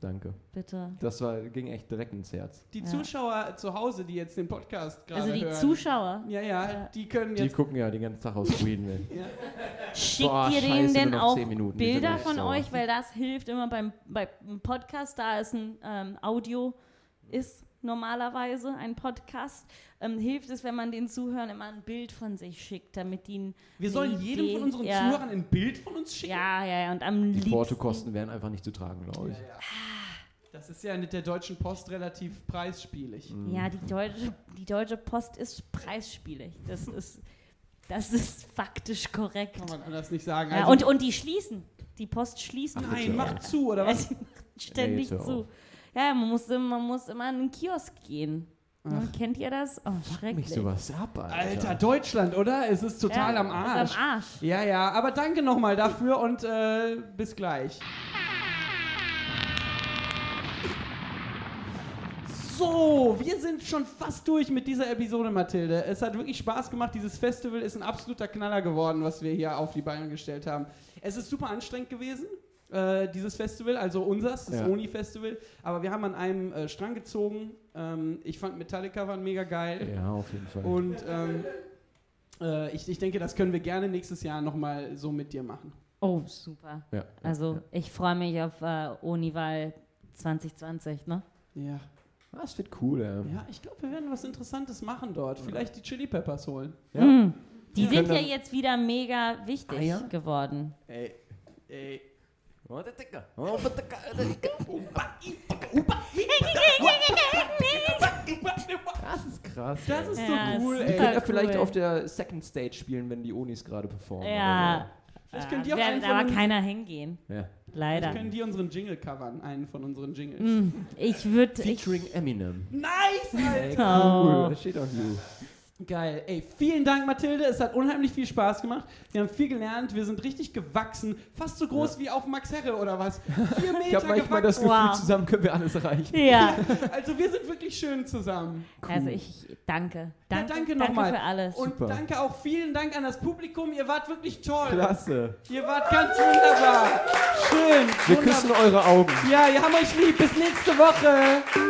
Speaker 3: Danke.
Speaker 5: Bitte.
Speaker 3: Das war, ging echt direkt ins Herz.
Speaker 4: Die
Speaker 5: Ja.
Speaker 4: Zuschauer zu Hause, die jetzt den Podcast gerade
Speaker 5: Also die
Speaker 4: hören.
Speaker 5: Zuschauer,
Speaker 4: Ja, ja, die können
Speaker 6: Die
Speaker 4: jetzt.
Speaker 6: gucken ja den ganzen Tag aus Sweden. ey.
Speaker 5: schickt
Speaker 6: Boah,
Speaker 5: ihr denen
Speaker 6: scheiße,
Speaker 5: denn
Speaker 6: nur noch
Speaker 5: auch
Speaker 6: zehn Minuten, die sind
Speaker 5: Bilder
Speaker 6: echt
Speaker 5: von
Speaker 6: sauer.
Speaker 5: euch, weil das hilft immer beim, beim Podcast. Da ist ein ähm, Audio, ist normalerweise ein Podcast. Ähm, hilft es, wenn man den Zuhörern immer ein Bild von sich schickt, damit die ein-
Speaker 4: wir sollen
Speaker 5: die
Speaker 4: jedem
Speaker 5: Idee-
Speaker 4: von unseren
Speaker 5: ja.
Speaker 4: Zuhörern ein Bild von uns schicken.
Speaker 5: Ja, ja, ja. Und am
Speaker 6: Die
Speaker 5: liebsten.
Speaker 6: Portokosten wären einfach nicht zu tragen, glaube ich.
Speaker 4: Ja, ja. Das ist ja mit der Deutschen Post relativ preisspielig.
Speaker 5: Ja, die deutsche, die deutsche Post ist preisspielig. Das ist, das ist faktisch korrekt.
Speaker 4: Kann man anders nicht sagen.
Speaker 5: Ja,
Speaker 4: Also-
Speaker 5: und, und die schließen. Die Post schließen.
Speaker 4: nein, mach zu, oder
Speaker 5: Ja,
Speaker 4: was?
Speaker 5: die machen ständig
Speaker 6: Nee, jetzt hör
Speaker 5: zu. Ja, man muss, immer- man muss immer an den Kiosk gehen. Ne, Kennt ihr das? Oh, schrecklich.
Speaker 6: Mich sowas ab, Alter.
Speaker 4: Alter, Deutschland, oder? Es ist
Speaker 5: Ja,
Speaker 4: total am
Speaker 5: ist
Speaker 4: Arsch.
Speaker 5: am Arsch.
Speaker 4: Ja, ja, aber danke nochmal dafür und äh, bis gleich. So, wir sind schon fast durch mit dieser Episode, Mathilde. Es hat wirklich Spaß gemacht. Dieses Festival ist ein absoluter Knaller geworden, was wir hier auf die Beine gestellt haben. Es ist super anstrengend gewesen, äh, dieses Festival, also unseres, das
Speaker 6: Ja.
Speaker 4: Oni-Festival. Aber wir haben an einem äh, Strang gezogen. Ähm, ich fand Metallica waren mega geil.
Speaker 6: Ja, auf jeden Fall.
Speaker 4: Und ähm, äh, ich, ich denke, das können wir gerne nächstes Jahr nochmal so mit dir machen.
Speaker 5: Oh, super.
Speaker 6: ja.
Speaker 5: Also,
Speaker 6: Ja.
Speaker 5: ich freue mich auf äh, Onival 2020, ne?
Speaker 4: Ja.
Speaker 6: Ah, Das wird cool, ey.
Speaker 4: Ja, ich glaube, wir werden was Interessantes machen dort. Vielleicht die Chili Peppers holen.
Speaker 6: Ja.
Speaker 5: Mm. Die
Speaker 6: Wir
Speaker 5: sind ja
Speaker 6: können dann-
Speaker 5: jetzt wieder mega wichtig
Speaker 6: Ah, ja?
Speaker 5: geworden.
Speaker 4: Ey. Ey.
Speaker 6: Das ist krass.
Speaker 4: Das ist so
Speaker 5: Ja,
Speaker 4: cool,
Speaker 5: ist
Speaker 4: ey.
Speaker 5: super.
Speaker 6: Können ja vielleicht
Speaker 5: cool.
Speaker 6: auf der Second Stage spielen, wenn die Unis gerade performen.
Speaker 5: Ja.
Speaker 4: Vielleicht könnt ihr auch einen
Speaker 5: werden
Speaker 4: von
Speaker 5: aber
Speaker 4: uns-
Speaker 5: keiner hingehen.
Speaker 6: Oder so. ja.
Speaker 4: Vielleicht
Speaker 5: Leider.
Speaker 4: können die unseren Jingle covern, einen von unseren Jingles.
Speaker 5: Mm, Ich würde. Ich,
Speaker 6: Featuring Eminem.
Speaker 4: Nice, Alter.
Speaker 5: Oh.
Speaker 6: das steht on you.
Speaker 4: Geil. Ey, vielen Dank, Mathilde. Es hat unheimlich viel Spaß gemacht. Wir haben viel gelernt. Wir sind richtig gewachsen. Fast so groß wie auf Max Herre oder was. Vier Meter
Speaker 6: Ich habe manchmal das
Speaker 4: gewachsen.
Speaker 6: Gefühl,
Speaker 5: Wow.
Speaker 6: zusammen können wir alles erreichen.
Speaker 5: Ja,
Speaker 4: Also wir sind wirklich schön zusammen.
Speaker 5: also ich ich- danke.
Speaker 4: Ja,
Speaker 5: Danke,
Speaker 4: danke
Speaker 5: danke
Speaker 4: nochmal.
Speaker 5: für alles.
Speaker 4: Und
Speaker 6: Super.
Speaker 4: danke auch vielen Dank an das Publikum. Ihr wart wirklich toll.
Speaker 6: Klasse.
Speaker 4: Ihr wart ganz wunderbar. Schön.
Speaker 6: Wir
Speaker 4: wunderbar.
Speaker 6: küssen eure Augen.
Speaker 4: Ja, wir haben euch lieb. Bis nächste Woche.